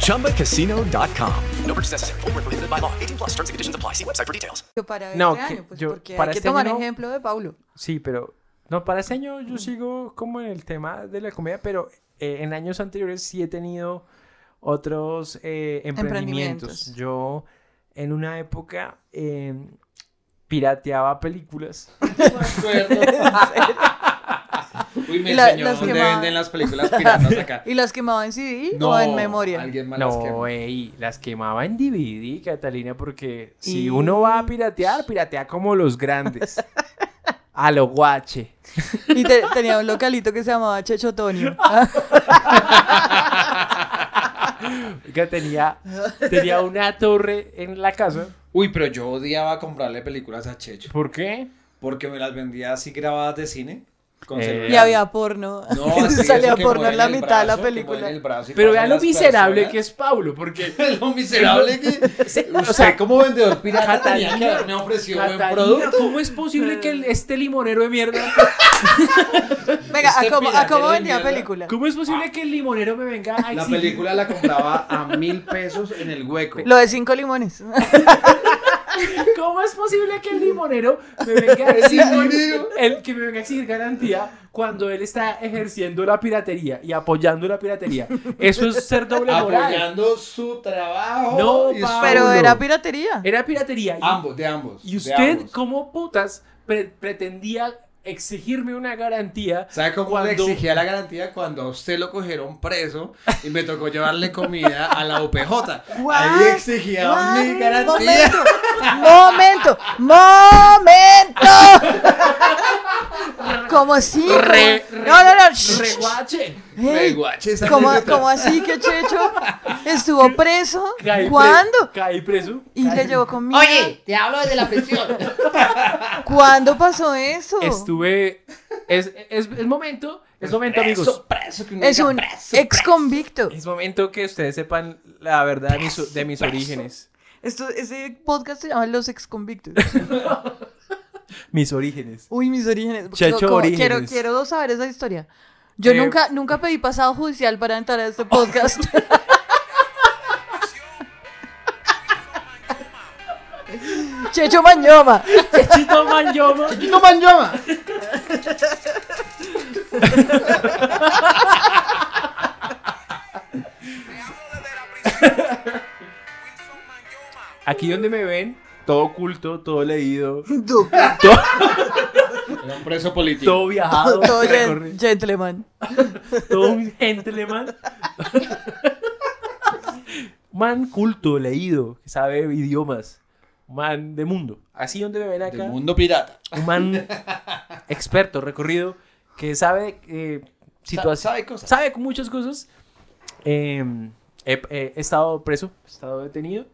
G: ChumbaCasino.com. No purchase necessary, forward prohibited by law, 18 plus terms and conditions apply. See website for details.
E: Para
C: No,
E: este
C: que-
E: año, pues,
C: yo-
E: porque
C: para
E: hay
C: este
E: que tomar
C: año no.
E: ejemplo de Paulo.
C: Sí, pero. No, para este año yo sigo como en el tema de la comedia, pero eh, en años anteriores sí he tenido otros eh, emprendimientos.
E: Emprendimientos.
C: Yo en una época eh, pirateaba películas.
D: Uy, me
E: Y la-
D: enseñó
E: las
D: dónde
E: quemaban.
D: venden las películas piratas acá.
E: ¿Y las quemaba en CD o en memoria?
D: Alguien más las
C: No, eh.
D: quema.
C: ey, las quemaba en DVD, Catalina, porque si
E: Y-
C: uno va a piratear, piratea como los grandes. A lo guache.
E: Y te- tenía un localito que se llamaba Checho Tonio.
C: Oiga, tenía, tenía una torre en la casa.
D: Uy, pero yo odiaba comprarle películas a Checho.
C: ¿Por qué?
D: Porque me las vendía así grabadas de cine. Con
C: Eh.
D: celular.
E: Y había porno.
D: No, así,
E: Salía
D: eso que
E: porno en
D: mueven
E: la
D: el
E: mitad de
D: brazo, que
E: la
D: mueven el
E: película.
D: brazo y
C: Pero
D: pasan
C: vean lo
D: las
C: miserable
D: personas.
C: que es Pablo, porque
D: lo miserable que usted como vendedor pirata tenía que haberme ofrecido un buen
C: Catalina,
D: producto.
C: ¿cómo es posible que el- este limonero de mierda,
E: Venga, ¿a
D: Este
E: cómo, a
D: piratero
E: cómo
D: de
E: vendía
D: mierda.
E: película?
C: cómo es posible que el limonero me venga a
D: La
C: exigir?
D: película la compraba a mil pesos en el hueco.
E: Lo de cinco limones.
C: ¿Cómo es posible que el limonero me venga a exigir,
D: limonero.
C: el que me venga a exigir garantía cuando él está ejerciendo la piratería y apoyando la piratería? Eso es ser doble moral.
D: Apoyando su trabajo.
C: No,
D: y
C: pa-
E: Pero
C: Pablo.
E: era piratería.
C: Era piratería. y-
D: Ambos, de ambos.
C: Y
D: de
C: usted,
D: ambos.
C: como putas, pre- pretendía exigirme una garantía.
D: ¿Sabe cómo le exigía la garantía cuando a usted lo cogieron preso y me tocó llevarle comida a la UPJ? Ahí exigía
E: What?
D: mi garantía.
E: Momento, momento, momento. ¿Cómo así? ¿Cómo-
C: Re-
E: no, no, no. shh, shh,
C: ¡Reguache!
E: Ey,
D: Ey, guache, esa
E: ¿Cómo,
D: anécdota.
E: cómo así que Checho estuvo preso?
C: Caí pre-
E: ¿Cuándo?
C: Caí preso.
E: Y
C: Caí-
E: le llevó comida.
F: Oye, te hablo desde la prisión.
E: ¿Cuándo pasó eso?
C: Estuve. Es, es, es momento, es momento, amigos.
D: preso, que uno
E: Es
D: diga
E: un
D: preso,
E: ex convicto.
C: Es momento que ustedes sepan la verdad de mis, de mis orígenes.
E: Esto, ese podcast se llama Los ex convictos.
C: Mis orígenes.
E: Uy, mis orígenes.
C: Checho
E: Como-
C: Orígenes.
E: Quiero, quiero saber esa historia. Yo
C: Eh,
E: nunca, nunca pedí pasado judicial para entrar a este podcast. Checho Mañoma.
F: Chechito Manjoma. Chechito Manjoma.
C: Aquí donde me ven, todo oculto, todo leído.
E: Todo,
D: Era un preso político.
C: Todo viajado.
E: Todo gen-
C: recorrido.
E: gentleman.
C: Todo un gentleman. Man culto, leído, que sabe idiomas. Man de mundo. Así donde me ven acá.
D: Del mundo pirata.
C: Un man experto, recorrido, que sabe eh, situaciones.
D: sabe cosas.
C: Sabe muchas cosas. Eh, he, he- he estado preso, he estado detenido.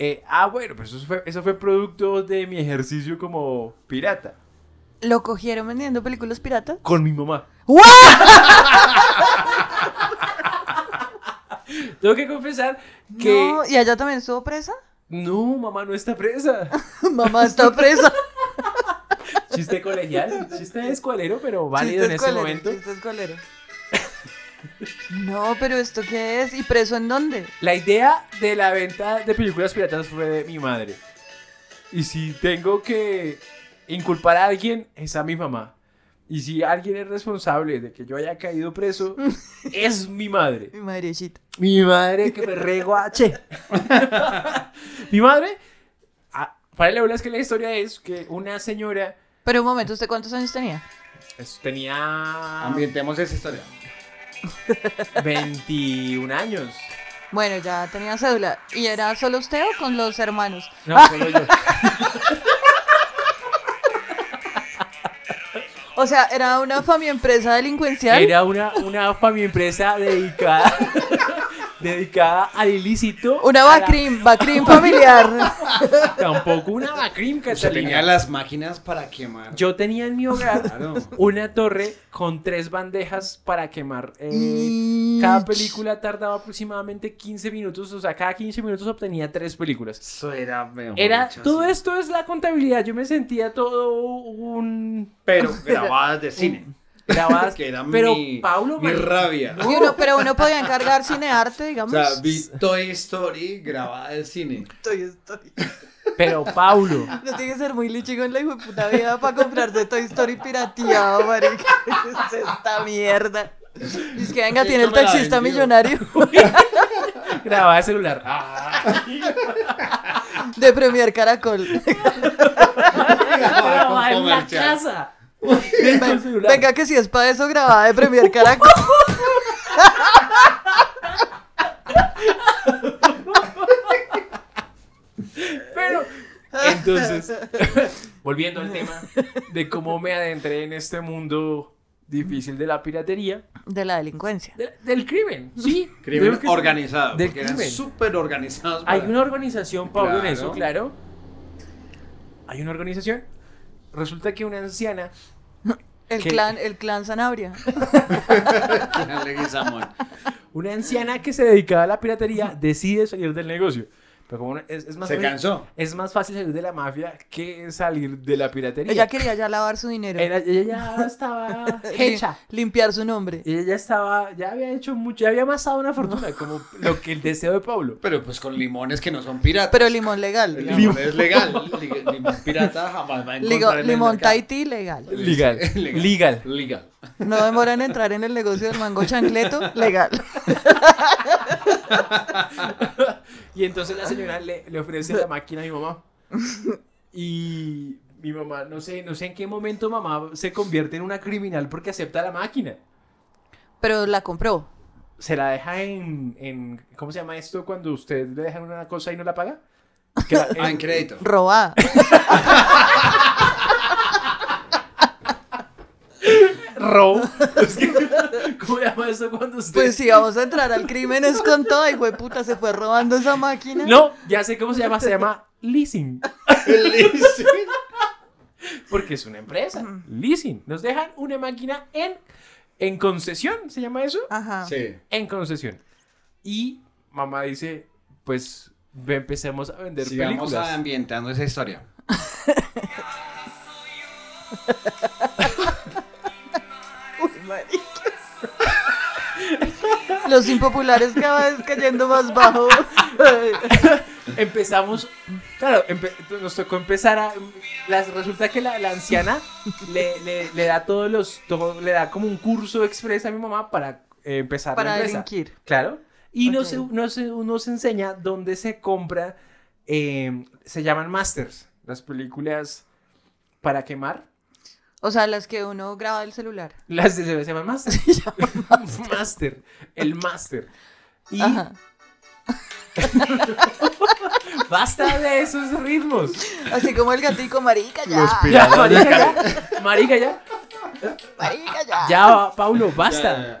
C: Eh, ah, bueno, pero eso fue, eso fue producto de mi ejercicio como pirata.
E: Lo cogieron vendiendo películas piratas.
C: Con mi mamá. Tengo que confesar que.
E: No, ¿Y allá también estuvo presa?
C: No, mamá no está presa.
E: Mamá está presa.
C: Chiste colegial, chiste escuelero, pero válido
E: Chiste
C: en ese
E: escuelero,
C: momento.
E: chiste escuelero. No, pero ¿esto qué es? ¿Y preso en dónde?
C: La idea de la venta de películas piratas fue de mi madre. Y si tengo que inculpar a alguien, es a mi mamá. Y si alguien es responsable de que yo haya caído preso, es mi madre.
E: Mi madrecita.
C: Mi madre que me reguache. mi madre, ah, para la es que la historia es que una señora
E: Pero un momento, ¿usted cuántos años tenía?
C: es- tenía...
D: Ambientemos esa historia.
C: 21 años.
E: Bueno, ya tenía cédula. ¿Y era solo usted o con los hermanos?
C: No,
E: Ah,
C: solo yo.
E: o sea, era una familia empresa delincuencial.
C: Era una, una familia empresa dedicada, dedicada al ilícito.
E: Una
C: a la-
E: Bacrim, Bacrim familiar.
C: Tampoco una Bacrim,
D: Se
C: Catalina.
D: tenía las máquinas para quemar.
C: Yo tenía en mi hogar
D: Claro.
C: una torre con tres bandejas para quemar. eh, cada película tardaba aproximadamente 15 minutos, o sea, cada 15 minutos obtenía tres películas.
D: Eso era mejor
C: Era,
D: dicho,
C: todo
D: así.
C: esto es la contabilidad, yo me sentía todo un...
D: Pero grabadas de cine.
C: Grabadas,
D: que era
C: pero
D: mi,
C: Paulo
D: mi
C: Mar-
D: rabia.
E: Y uno- pero uno podía encargar cinearte,
D: O
E: digamos.
D: sea, vi Toy Story grabada de cine.
E: Toy Story.
C: Pero Paulo,
E: No tiene que ser muy lichigo en la hijo puta vida para comprarse Toy Story pirateado, marica. Es esta mierda. Dice que venga,
D: Sí,
E: tiene el
D: yo me la
E: taxista
D: vendió.
E: millonario
C: grababa de celular. Ah,
E: de Premier Caracol.
C: grababa en la
D: comercial.
C: casa. Dentro del celular.
E: Venga, que si es para eso, grabada de Premier Caracol.
C: Pero entonces, volviendo al tema de cómo me adentré en este mundo difícil de la piratería,
E: De la delincuencia.
C: de- del crimen, sí,
D: Crimen
C: creo que sí.
D: organizado.
C: Del
D: porque eran
C: crimen.
D: súper organizados.
C: Hay
D: para-
C: una organización, Pablo, en eso,
D: Claro.
C: claro. Hay una organización. Resulta que una anciana
E: El
C: ¿Qué?
E: clan, el clan Zanabria.
D: Era Leguizamón.
C: Una anciana que se dedicaba a la piratería decide salir del negocio. Pero como no- es, es más
D: Se
C: fácil-
D: cansó.
C: Es más fácil salir de la mafia que salir de la piratería.
E: Ella quería ya lavar su dinero.
C: Era- ella ya estaba
E: Lim-
C: hecha.
E: Limpiar su nombre.
C: Ella ya estaba, ya había hecho mucho, ya había amasado una fortuna, como lo que el deseo de Pablo.
D: Pero pues con limones que no son piratas.
E: Pero limón
D: El
E: legal.
D: limón es legal. Li- Limón pirata jamás va a encontrar.
E: Ligo-
D: en el
E: limón
D: mercado.
E: Tahití legal.
C: Legal. Legal. Eh,
D: Legal.
E: No demora en entrar en el negocio del mango chancleto legal.
C: Y entonces la señora le, le ofrece la máquina a mi mamá. Y mi mamá, no sé, no sé en qué momento mamá se convierte en una criminal porque acepta la máquina.
E: Pero la compró.
C: se la deja en, en- ¿cómo se llama esto cuando usted le dejan una cosa y no la paga? Que la-
D: Ah, en crédito.
C: eh,
E: Robada.
C: robo. Es que- ¿Cómo se llama esto cuando usted?
E: Pues si vamos a entrar al crimen es con todo. Y puta, se fue robando esa máquina.
C: No, ya sé cómo se llama, se llama leasing,
D: Feliz.
C: porque es una empresa. Leasing. Nos dejan una máquina en en concesión, ¿se llama eso?
E: Ajá.
D: Sí.
C: En concesión. Y mamá dice, pues ve, empecemos a vender
D: Sigamos
C: películas.
D: ambientando esa historia.
E: Uy, marica. Los impopulares cada vez cayendo más bajo.
C: Empezamos. Claro, empe- nos tocó empezar a. las- resulta que la, la anciana le, le- le da todos los. todo- le da como un curso expresa a mi mamá para eh, empezar
E: Para
C: la empresa.
E: delinquir.
C: Claro. Y nos, nos, nos enseña dónde se compra. eh, se llaman masters. Las películas para quemar.
E: O sea, las que uno graba del celular.
C: Las de- se llaman master. Se master. El master. Y
E: Ajá.
C: basta de esos ritmos.
E: Así como el gatico, marica, ya.
C: Ya, marica, ya. Marica, ya.
E: Marica, ya.
C: Ya, Paulo,
D: Eh,
C: basta.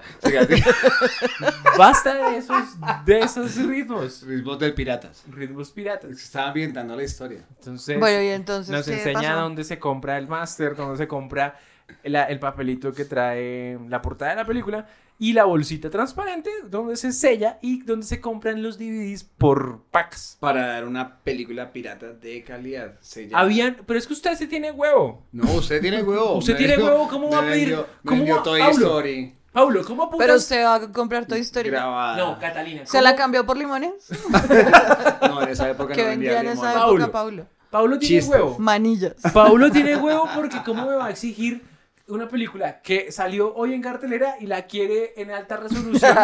C: Basta de esos, de esos ritmos.
D: Ritmos del piratas.
C: Ritmos piratas.
D: Estaba ambientando la historia.
C: Entonces,
E: Bueno, y entonces,
C: nos
E: ¿qué
C: enseña
E: pasó?
C: dónde se compra el máster, dónde se compra la- el papelito que trae la portada de la película y la bolsita transparente donde se sella y donde se compran los DVDs por packs.
D: Para dar una película pirata de calidad. Se llama-
C: Habían, pero es que usted se tiene huevo.
D: No, usted tiene huevo.
C: Usted
D: Me
C: tiene
D: vendió-
C: huevo, ¿cómo va a
D: me
C: pedir?
D: vendió- me
C: ¿Cómo
D: vendió
C: va-
D: Toy
C: Paulo?
D: Story.
C: Paulo, ¿cómo
E: Pero
C: putas?
E: usted va a comprar toda historia.
D: Grabada.
C: No, Catalina.
E: ¿Se la cambió por limones?
D: No, en esa época
E: que
D: no
E: vendía Oh.
D: vendía
E: en
D: limón.
E: esa época, Paulo.
C: Paulo tiene
D: Chistes.
C: huevo.
E: Manillas.
C: Paulo tiene huevo porque ¿cómo me va a exigir una película que salió hoy en cartelera y la quiere en alta resolución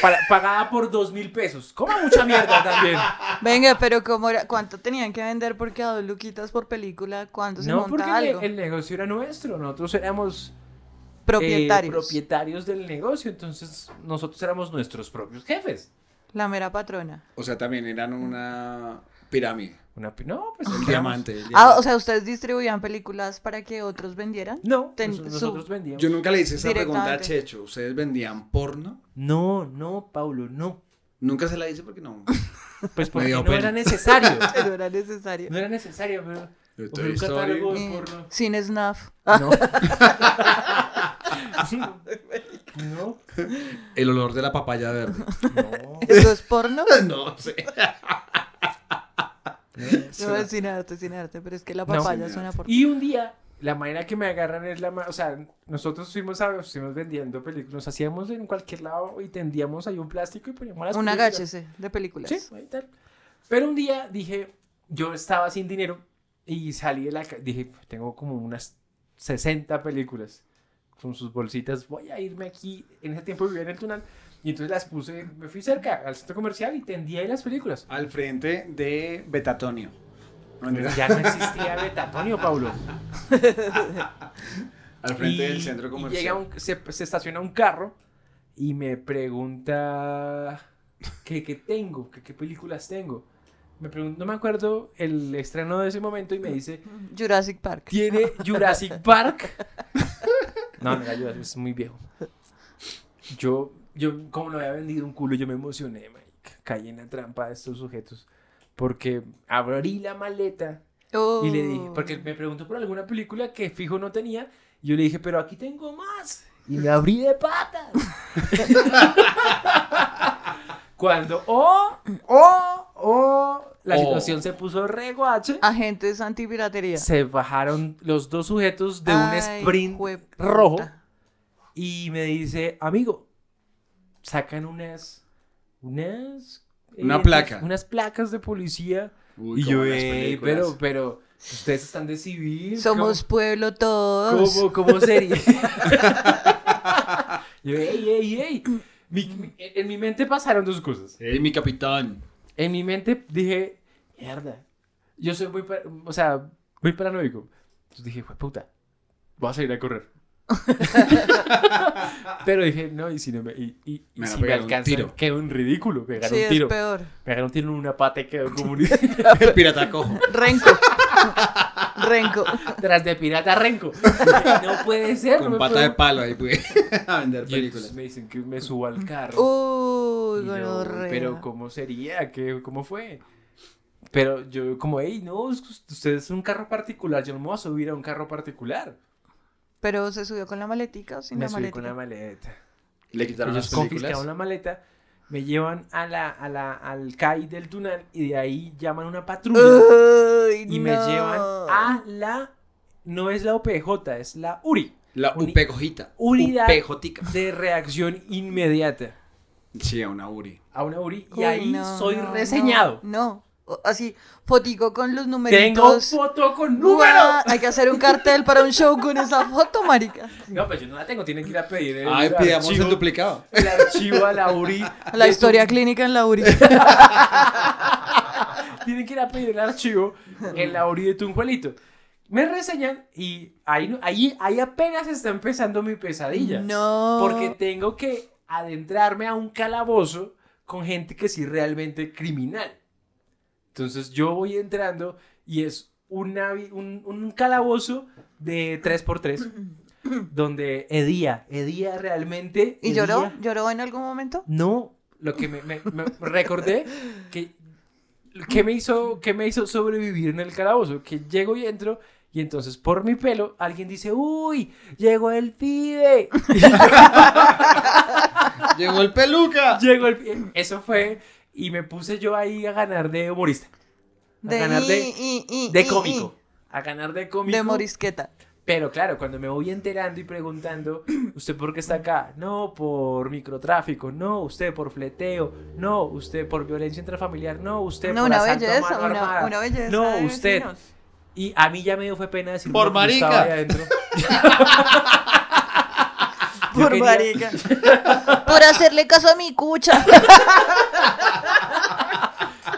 C: para- pagada por dos mil pesos? Coma mucha mierda también.
E: Venga, pero ¿cómo era? ¿cuánto tenían que vender porque a dos luquitas por película? ¿Cuánto se
C: No, porque
E: monta algo?
C: le- el eh, negocio era nuestro, nosotros éramos eh,
E: Propietarios.
C: propietarios del negocio, entonces nosotros éramos nuestros propios jefes.
E: La mera patrona.
D: O sea, también eran una pirámide.
C: Una pi- no, pues
D: el
C: éramos-
D: diamante. el
E: Ah,
D: diamante.
E: o sea, ¿ustedes distribuían películas para que otros vendieran?
C: No,
E: Ten-
C: nos-
E: su-
C: nosotros vendíamos.
D: Yo nunca le hice esa pregunta a
E: Directamente.
D: Checho. ¿Ustedes vendían porno?
C: No, no, Paulo, no.
D: Nunca se la hice porque no.
C: Pues
D: Me
C: porque
D: dio
C: no
D: pena.
C: era necesario.
E: Pero era necesario.
C: No era necesario, pero.
D: Yo
C: o
D: Toy
C: un
D: Story.
C: catálogo de
E: Eh,
C: porno.
E: Sin snuff.
C: No.
D: El olor de la papaya verde.
E: ¿Eso es porno?
D: no sé.
E: No, es sin arte, sin arte, pero es que la papaya es una porno.
C: Y un día, la manera que me agarran es la. ma- O sea, nosotros fuimos, a, fuimos vendiendo películas, nos hacíamos en cualquier lado y tendíamos ahí un plástico y poníamos las
E: Un
C: películas.
E: agáchese de películas.
C: Sí, ahí tal. Pero un día dije, yo estaba sin dinero y salí de la ca- Dije, tengo como unas 60 películas con sus bolsitas. Voy a irme aquí. En ese tiempo vivía en el túnel. Y entonces las puse, me fui cerca al centro comercial y tendí ahí las películas.
D: Al frente de Betatonio. No,
C: Pero
D: mentira.
C: ya no existía Betatonio, Paulo.
D: Al frente
C: Y-
D: del centro
C: y
D: comercial.
C: llega un- se, se estaciona un carro y me pregunta qué, qué tengo, qué, qué películas tengo. Me pregun- no me acuerdo el estreno de ese momento y me dice,
E: Jurassic Park.
C: ¿tiene Jurassic Park? No, no era Jurassic, es muy viejo. Yo, yo como no había vendido un culo, yo me emocioné, marica. Caí en la trampa de estos sujetos. Porque abrí la maleta
E: Oh.
C: y le dije, porque me preguntó por alguna película que fijo no tenía. Y yo le dije, pero aquí tengo más. Y me abrí de patas. Cuando, oh, oh, oh, Ah, la
D: Oh.
C: situación se puso re guache.
E: Agentes antipiratería.
C: Se bajaron los dos sujetos de un
E: Ay,
C: sprint
E: jueputa.
C: rojo. Y me dice, amigo, sacan unas, unas... eh,
D: Una placa.
C: Unas placas de policía.
D: Uy,
C: y
D: como
C: yo,
D: en las
C: "Ey,
D: películas".
C: pero, pero, ustedes están de civil.
E: Somos pueblo todos.
C: ¿Cómo, cómo sería? Yo, ey, ey, ey. Mi- mi- en mi mente pasaron dos cosas.
D: ¡Ey, mi capitán!
C: En mi mente dije, mierda. Yo soy muy, par- o sea, muy paranoico. Entonces dije, "Jue puta, voy a salir a correr. Pero dije, no, y si no me, y, y- y
D: Me van a
C: si me
D: pegar un
C: alcanzan,
D: tiro.
C: quedo un ridículo. Me
E: Sí,
C: pegaron un
E: es
C: tiro.
E: peor.
C: Me pegaron un tiro en una pata y quedó como un...
D: El pirata cojo.
E: Renco. Renco.
C: Tras de pirata renco. Dije, No puede ser. no
D: Con
C: me
D: pata
C: puedo-
D: de palo ahí pude a
C: Y
D: vender
C: entonces
D: películas.
C: me dicen que me subo al carro.
E: Uy,
C: Y yo,
E: gonorrea.
C: pero ¿cómo sería? ¿Qué, ¿Cómo fue? Pero yo como, hey, no, es que us- usted es un carro particular, yo no me voy a subir a un carro particular.
E: Pero se subió con la maletica o sin
C: me
E: la
C: subí con
E: maletica.
C: una maleta.
D: Le quitaron
C: Ellos
D: las películas.
C: confiscaron la maleta, me llevan a la, a la, al CAI del Tunal y de ahí llaman una patrulla
E: Uy,
C: y me
E: no.
C: llevan a la, no es la OPJ, es la URI.
D: La
C: Uni-
D: upejojita.
C: Unidad
D: Upejotica.
C: de reacción inmediata.
D: Sí, a una URI.
C: A una URI. Y
E: Uy,
C: ahí
E: no,
C: soy
E: no,
C: reseñado.
E: No, no. así, fotico con los
C: Tengo
E: numeritos.
C: foto con números.
E: Uah, Hay que hacer un cartel para un show con esa foto, marica.
C: No, pero yo no la tengo. Tienen que ir a pedir el
D: Ay, pidamos
C: archivo-
D: el duplicado.
C: El archivo a la URI.
E: La
C: de
E: historia clínica en la URI.
C: tienen que ir a pedir el archivo en la orilla de Tunjuelito. Me reseñan y ahí, no- ahí, ahí apenas está empezando mi pesadilla.
E: No.
C: Porque tengo que adentrarme a un calabozo con gente que sí realmente criminal. Entonces yo voy entrando y es una vi- un, un calabozo de 3x3 donde Edía, Edía realmente...
E: ¿Y
C: hedía.
E: lloró? ¿Lloró en algún momento?
C: No, lo que me, me- me recordé que, que, me hizo, que me hizo sobrevivir en el calabozo, que llego y entro y entonces por mi pelo alguien dice, uy, llegó el pibe.
D: llegó el peluca.
C: Llegó el pibe. Eso fue y me puse yo ahí a ganar de humorista. A
E: De
C: ganar de,
E: i, i, i,
C: de
E: i,
C: cómico. A ganar de cómico.
E: De morisqueta.
C: Pero claro, cuando me voy enterando y preguntando, ¿usted por qué está acá? No, por microtráfico, no, usted por fleteo, no, usted por violencia intrafamiliar, no, usted
E: No,
C: por
E: una
C: asalto a
E: belleza,
C: mano
E: una-
C: armada,
E: una belleza
C: No,
E: de
C: usted.
E: vecinos.
C: Y a mí ya me dio fue pena decir
D: Por
C: lo que yo estaba
D: marica.
C: ahí adentro. Yo
E: Por
C: quería-
E: marica. Ah, Por hacerle caso a mi cucha.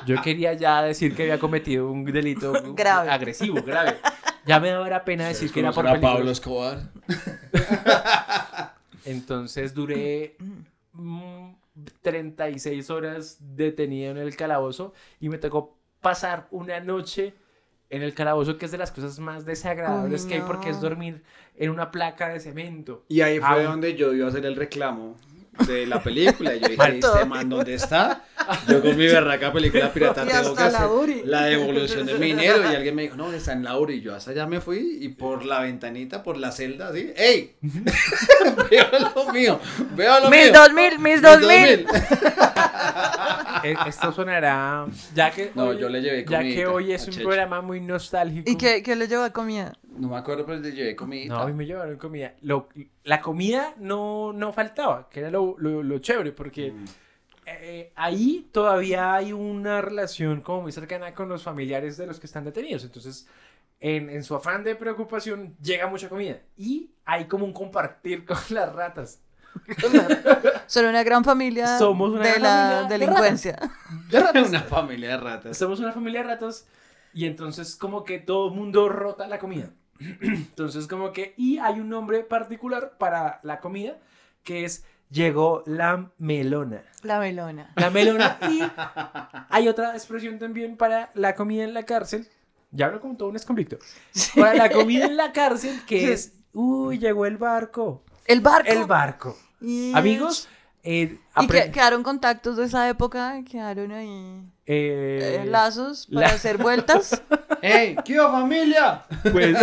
C: Yo quería ya decir que había cometido un delito
E: Grave.
C: agresivo, grave. Ya me daba la pena decir que era por
D: Conocer a
C: peligro.
D: Pablo Escobar.
C: Entonces duré mm, 36 horas detenido en el calabozo y me tocó pasar una noche en el calabozo, que es de las cosas más desagradables
D: Uy,
C: que hay porque
D: no.
C: es dormir en una placa de cemento.
D: Y ahí fue
C: Ah,
D: donde yo iba a hacer el reclamo de la película. Yo dije,
C: Marito.
D: este man, ¿dónde está? Yo con mi berraca película pirata
C: Y
D: tengo
C: hasta
D: que hacer
C: la URI.
D: la devolución de mi dinero. Y alguien me dijo, no, está en la URI. Y yo hasta allá me fui y por la ventanita, por la celda, así, ¡ey! veo lo mío, veo lo
E: Mis
D: mío.
E: dos mil, mis dos mil.
C: e- Esto sonará... Ya que
D: No,
C: hoy,
D: yo le llevé
C: Ya que
D: comidita
C: hoy es
D: a
C: un
D: Checho.
C: programa muy nostálgico.
E: ¿Y qué, qué le lleva comida?
D: No me acuerdo, pero le llevé comida.
C: No, a mí me llevaron comida. Lo- la comida no, no faltaba, que era lo, lo- lo chévere, porque eh, ahí todavía hay una relación como muy cercana con los familiares de los que están detenidos. Entonces, en, en su afán de preocupación, llega mucha comida. Y hay como un compartir con las ratas.
E: Son una gran familia
C: Somos una
E: de
C: gran
E: la
C: familia de
E: delincuencia.
D: Una familia de ratas.
C: Somos una familia de ratas y entonces como que todo el mundo rota la comida. Entonces como que y hay un nombre particular para la comida que es llegó la melona.
E: La melona.
C: La melona y hay otra expresión también para la comida en la cárcel. Ya hablo como todo un exconvicto. Para la comida en la cárcel que es uy, llegó el barco.
E: El barco.
C: El barco.
E: Y-
C: Amigos, eh,
E: Y que-
C: apre-
E: quedaron contactos de esa época, quedaron ahí
C: eh,
E: eh, lazos para
C: la-
E: hacer vueltas.
D: ¡Ey! ¿Qué hubo, familia?
C: Pues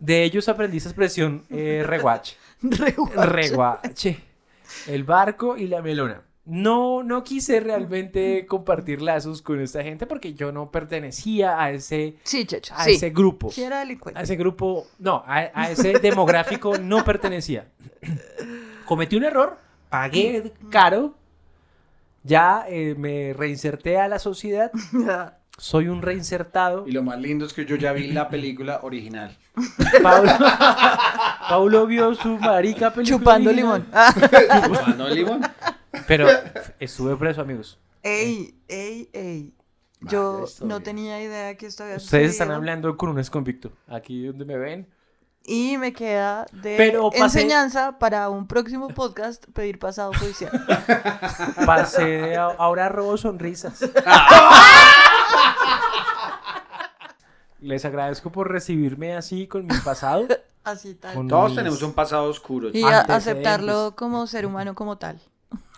C: de ellos aprendí esa expresión eh, reguache.
E: reguache.
C: El barco y la melona. No, no quise
E: Mm.
C: realmente compartir lazos con esta gente porque yo no pertenecía a ese,
E: Sí, Checho,
C: a
E: sí.
C: ese grupo.
E: Sí, era delincuente.
C: A ese grupo, no, a, a ese demográfico no pertenecía. Cometí un error, pagué caro, ya eh, me reinserté a la sociedad, soy un reinsertado.
D: Y lo más lindo es que yo ya vi la película original.
C: Pablo, Pablo vio su marica película
E: Chupando
C: original.
E: limón. Ah.
D: Chupando limón.
C: Pero estuve preso, amigos.
E: Ey, ey, ey. Yo no tenía idea que esto había
C: Ustedes están
E: sucedido.
C: hablando con un exconvicto. Aquí donde me ven.
E: Y me queda de
C: Pero pasé-
E: enseñanza para un próximo podcast pedir pasado judicial.
C: Pasé de a- ahora robo sonrisas. Les agradezco por recibirme así con mi pasado.
E: Así tal.
C: Con
D: Todos
C: mis-
D: tenemos un pasado oscuro.
E: Y
D: chicos.
E: a-
C: Antecedentes.
E: aceptarlo como ser humano como tal.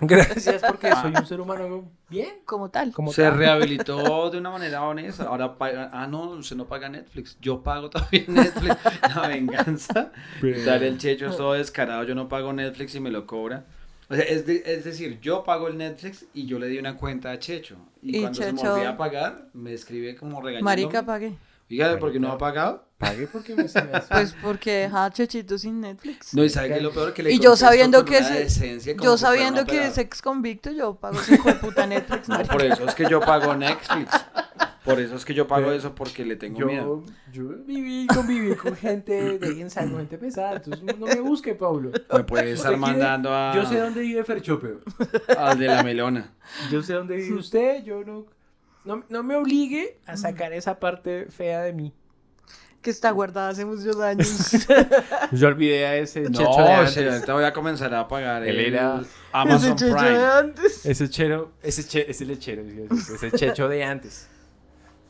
C: Gracias Pues porque soy un ser humano bien.
E: Como tal.
C: Como
D: Se
C: tal.
D: rehabilitó de una manera honesta. Ahora paga. Ah, no, usted no paga Netflix. Yo pago también Netflix. La venganza.
C: Pero-
D: Dale el checho es todo descarado. Yo no pago Netflix y me lo cobra. O sea, es, de- es decir, yo pago el Netflix y yo le di una cuenta a Checho. Y,
E: Y
D: cuando se
E: Checho-
D: me volvía a pagar, me escribe como regañando.
E: Marica, pagué.
D: Fíjate, porque no ha pagado.
C: Pague porque me
E: Pues porque deja a Chechito sin Netflix.
D: No, y sabe que lo peor que le
E: Y yo
D: contesto
E: sabiendo
D: con
E: que
D: una
E: es.
D: decencia como
E: yo
D: si fuera un
E: sabiendo que
D: operador.
E: es ex convicto, yo pago ese hijo de puta Netflix.
D: No,
E: marica.
D: por eso es que yo pago Netflix. Por eso es que yo pago eso porque le tengo
C: Yo,
D: miedo.
C: yo viví y conviví con gente de bien salvo, gente pesada. Entonces no me busque, Pablo.
D: Me puede estar
C: Usted quiere-
D: mandando a-
C: Yo sé dónde vive Ferchope.
D: Al de la melona.
C: Yo sé dónde vive usted. Yo no, no, no me obligue a sacar esa parte fea de mí.
E: Que está guardada hace muchos años.
C: Yo olvidé a ese
D: No,
C: checho de antes.
D: se- ahorita voy a comenzar a pagar
C: Él
D: el
C: era-
D: Amazon
C: Ese checho de
D: Prime.
E: antes.
C: Ese chero, ese, che, ese lechero, ese checho de antes.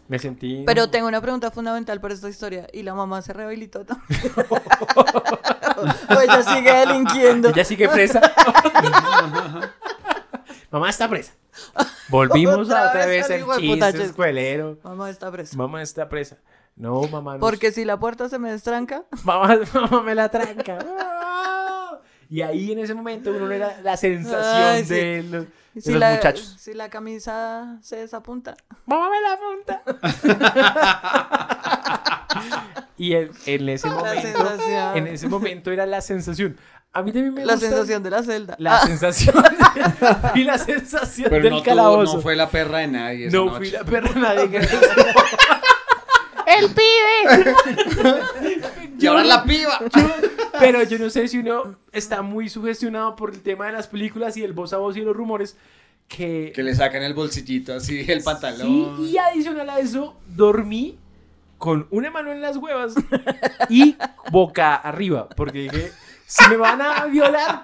C: Me sentí.
E: Pero tengo una pregunta fundamental para esta historia. ¿Y la mamá se rehabilitó también? o ella sigue delinquiendo.
C: Ella sigue presa. Mamá está presa. Volvimos a otra vez
E: al
C: el
E: hijo de puta
C: chiste
E: Checho.
C: escuelero.
E: Mamá está presa.
C: Mamá está presa. No, mamá. no-
E: Porque si la puerta se me destranca.
C: Mamá, mamá me la tranca. Y ahí en ese momento uno era la sensación
E: Ay, sí.
C: de los,
E: Y
C: de
E: si
C: los
E: la,
C: muchachos.
E: Si la camisa se desapunta.
C: ¡Mamá me la apunta! Y en, en ese
E: La
C: momento,
E: sensación.
C: en ese momento era la sensación. A mí también me
E: La
C: gustan
E: sensación de la celda.
C: La
E: Ah.
C: sensación y la sensación
D: Pero
C: del
D: no, tuvo-
C: calabozo.
D: no fue la perra de nadie. esa
C: No
D: noche.
C: fui la perra de nadie.
F: ¡El pibe!
D: Y ahora la piba.
C: Pero yo no sé si uno está muy sugestionado por el tema de las películas y el voz a voz y los rumores que
D: Que le sacan el bolsillito así, el pantalón.
C: Sí, y adicional a eso, dormí con una mano en las huevas y boca arriba, porque dije, si me van a violar,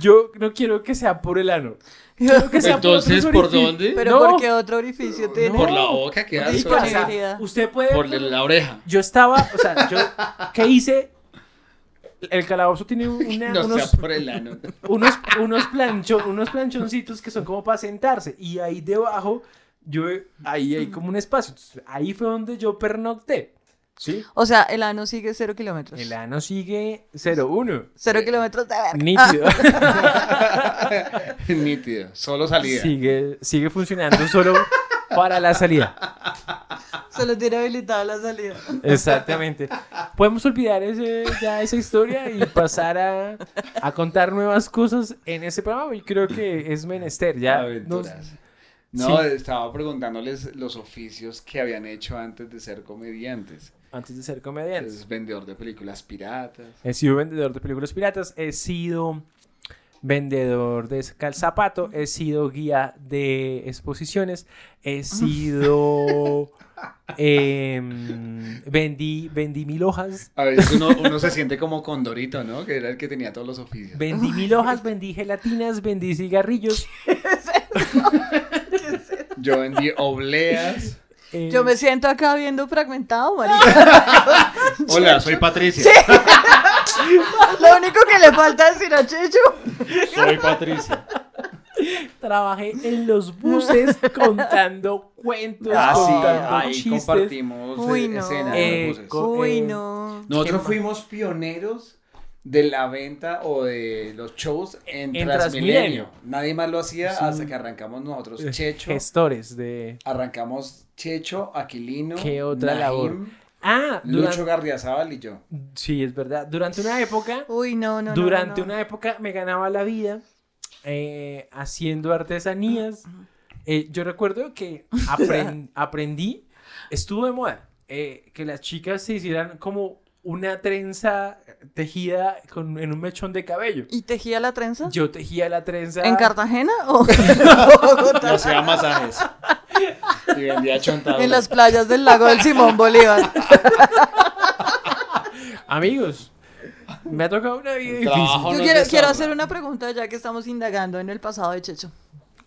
C: yo no quiero que sea por el ano. Quiero que sea
D: Entonces,
C: por,
D: ¿por
C: otros orificios.
D: dónde?
E: Pero
C: No,
E: ¿por qué otro orificio tiene?
D: Por la boca, qué
C: ¿qué
D: asco.
C: pasa?
E: Disponibilidad.
C: Usted puede...
D: Por la oreja.
C: Yo estaba, o sea, yo, ¿qué hice? El calabozo tiene una-
D: No
C: unos,
D: sea por el ano.
C: unos, unos, plancho- unos planchoncitos que son como para sentarse. Y ahí debajo, yo, ahí hay como un espacio. Entonces, ahí fue donde yo pernocté. ¿Sí?
E: O sea, el ano sigue cero kilómetros.
C: El ano sigue 0-1.
E: Cero kilómetros de
D: Ah.
E: verga.
C: Nítido.
D: Nítido. Solo salida.
C: Sigue, sigue funcionando solo para la salida.
E: Ah, solo tiene habilitada la salida.
C: Exactamente. Podemos olvidar ese, ya esa historia y pasar a, a contar nuevas cosas en ese programa. Yo creo que es menester. Ya nos-
D: Aventuras. No,
C: Sí.
D: estaba preguntándoles los oficios que habían hecho antes de ser comediantes.
C: antes de ser comediante.
D: Entonces, vendedor de películas piratas.
C: He sido vendedor de películas piratas, he sido vendedor de calzapato, he sido guía de exposiciones, he sido... em, vendí, vendí mil hojas.
D: A veces uno, uno se siente como Condorito, ¿no? Que era el que tenía todos los oficios.
C: Vendí mil hojas, vendí gelatinas, vendí cigarrillos.
D: Yo vendí obleas.
C: eh,
E: Yo me siento acá viendo fragmentado, marica.
D: Hola, soy Patricia.
E: Lo único que le falta es decir a Checho.
D: Soy Patricia.
C: Trabajé en los buses contando cuentos,
D: Ah, sí,
C: contando
D: ahí
C: chistes.
D: compartimos
E: Uy,
D: eh,
E: no.
D: escena
C: Eh,
D: de buses.
C: co-
E: Uy,
C: eh,
E: no.
D: Nosotros fuimos pioneros de la venta o de los shows en,
C: En
D: Transmilenio.
C: Transmilenio.
D: Nadie más lo hacía
C: Sí.
D: hasta que arrancamos nosotros.
C: Eh,
D: Checho.
C: Gestores de...
D: Arrancamos Checho, Aquilino.
C: ¿Qué otra
D: Naim,
C: labor? Ah,
D: Lucho
C: durante-
D: Gardiazabal y yo.
C: Sí, es verdad. Durante una época...
E: Uy, no, no. no,
C: Durante
E: no, no.
C: una época me ganaba la vida eh, haciendo artesanías. Eh, yo recuerdo que apren- aprendí, estuvo de moda, eh, que las chicas se hicieran como una trenza tejida con, en un mechón de cabello.
E: ¿Y tejía la trenza?
C: Yo tejía la trenza.
E: ¿En Cartagena o
D: Y hacía masajes. Y vendía chontadas.
E: en las playas del lago del Simón Bolívar?
C: Amigos, me ha tocado una vida difícil.
D: trabajo. no
E: Yo
D: es
E: quiero,
D: de
E: quiero
D: sobra.
E: hacer una pregunta ya que estamos indagando en el pasado de Checho.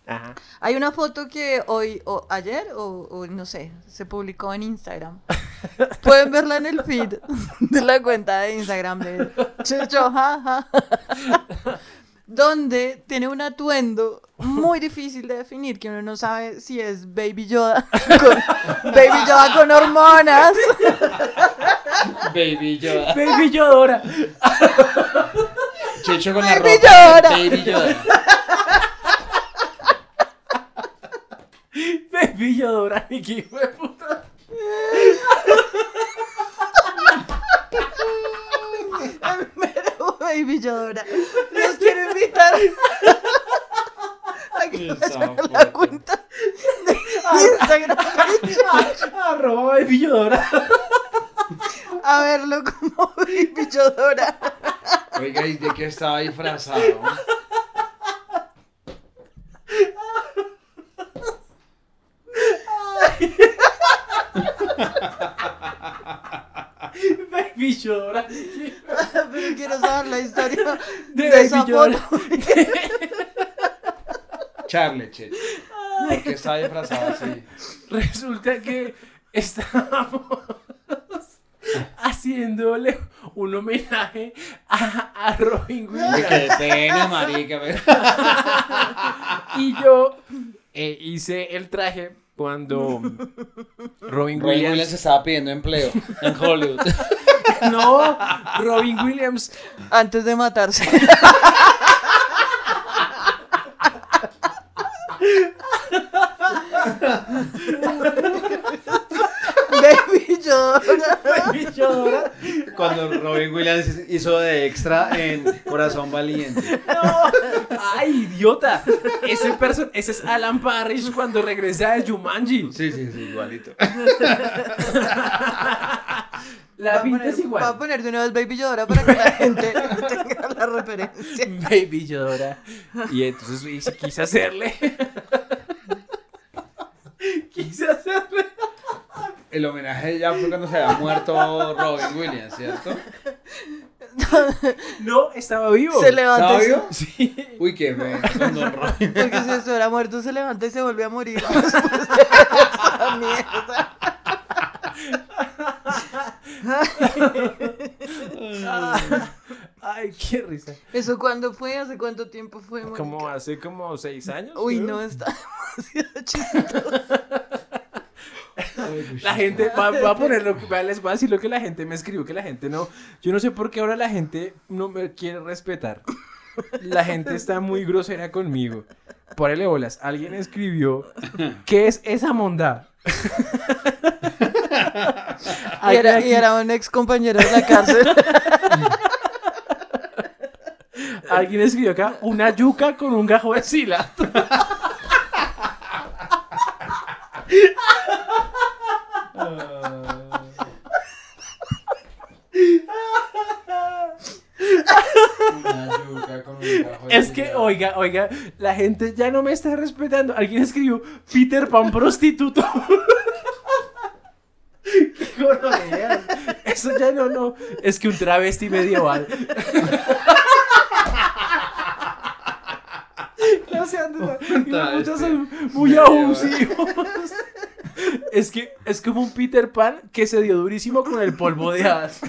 C: Ajá.
E: Hay una foto que hoy, o ayer, o, o no sé, se publicó en Instagram. Pueden verla en el feed de la cuenta de Instagram de Checho, jaja. Donde tiene un atuendo muy difícil de definir, que uno no sabe si es Baby Yoda con, Baby Yoda con hormonas.
D: Baby Yoda.
C: Baby Yodora.
D: Checho con la
E: Baby
D: ropa.
E: Yoda.
D: Baby Yoda.
C: Baby Yodora, Niki, hijo de puta.
D: bicho dorado.
E: A verlo como bicho dorado.
D: Oiga, ¿y de qué estaba disfrazado?
F: Baby llora.
E: Pero quiero saber la historia
F: De
E: de,
F: Baby
E: esa
F: Yoda.
E: foto.
D: Charle, che. ¿Por qué estaba disfrazado así?
C: Resulta que estábamos haciéndole un homenaje a, a Robin Williams.
D: Qué pena, marica. pero-
C: Y yo eh, hice el traje cuando Robin
D: Robin
C: Williams...
D: Williams estaba pidiendo empleo en Hollywood.
C: No, Robin Williams.
E: Antes de matarse. Baby llora.
D: Cuando Robin Williams hizo de extra en Corazón Valiente.
C: ¡Ay, idiota! Ese, perso- ese es Alan Parrish cuando regresa de Jumanji.
D: Sí, sí, sí, igualito.
C: La pinta es
E: Voy a
C: igual.
E: poner de una vez Baby llora para que la gente tenga la referencia.
C: Baby Yoda. Y entonces y- quise hacerle. quise hacerle.
D: El homenaje ya fue cuando se había muerto Robin Williams, ¿cierto?
C: No, estaba vivo.
E: Se levanta. y se-
D: ¿Sabio? Sí. Uy, qué pena con Don Robin.
E: Porque si estuviera muerto se levanta y se vuelve a morir. después de esa mierda.
C: Ay, qué risa.
E: ¿Eso cuándo fue? ¿Hace cuánto tiempo fue? Mónica?
C: Como hace como seis años.
E: Uy,
C: creo.
E: no, está demasiado chistoso.
C: La gente va, va a poner lo que va- les va a decir lo que la gente me escribió, que la gente no. Yo no sé por qué ahora la gente no me quiere respetar. La gente está muy grosera conmigo. Párele bolas. Alguien escribió ¿Qué es esa mondá?
E: Y
C: Alguien
E: era,
C: aquí-
E: y era un ex compañero de la cárcel.
C: Alguien escribió acá una yuca con un gajo de sila. Es que, oiga, oiga, la gente ya no me está respetando. Alguien escribió Peter Pan prostituto. Qué gonorrea. Eso ya no, no. Es que un travesti medieval. No sean de- y los muchos son muy
D: medieval.
C: abusivos. Es que es como un Peter Pan que se dio durísimo con el polvo de hadas.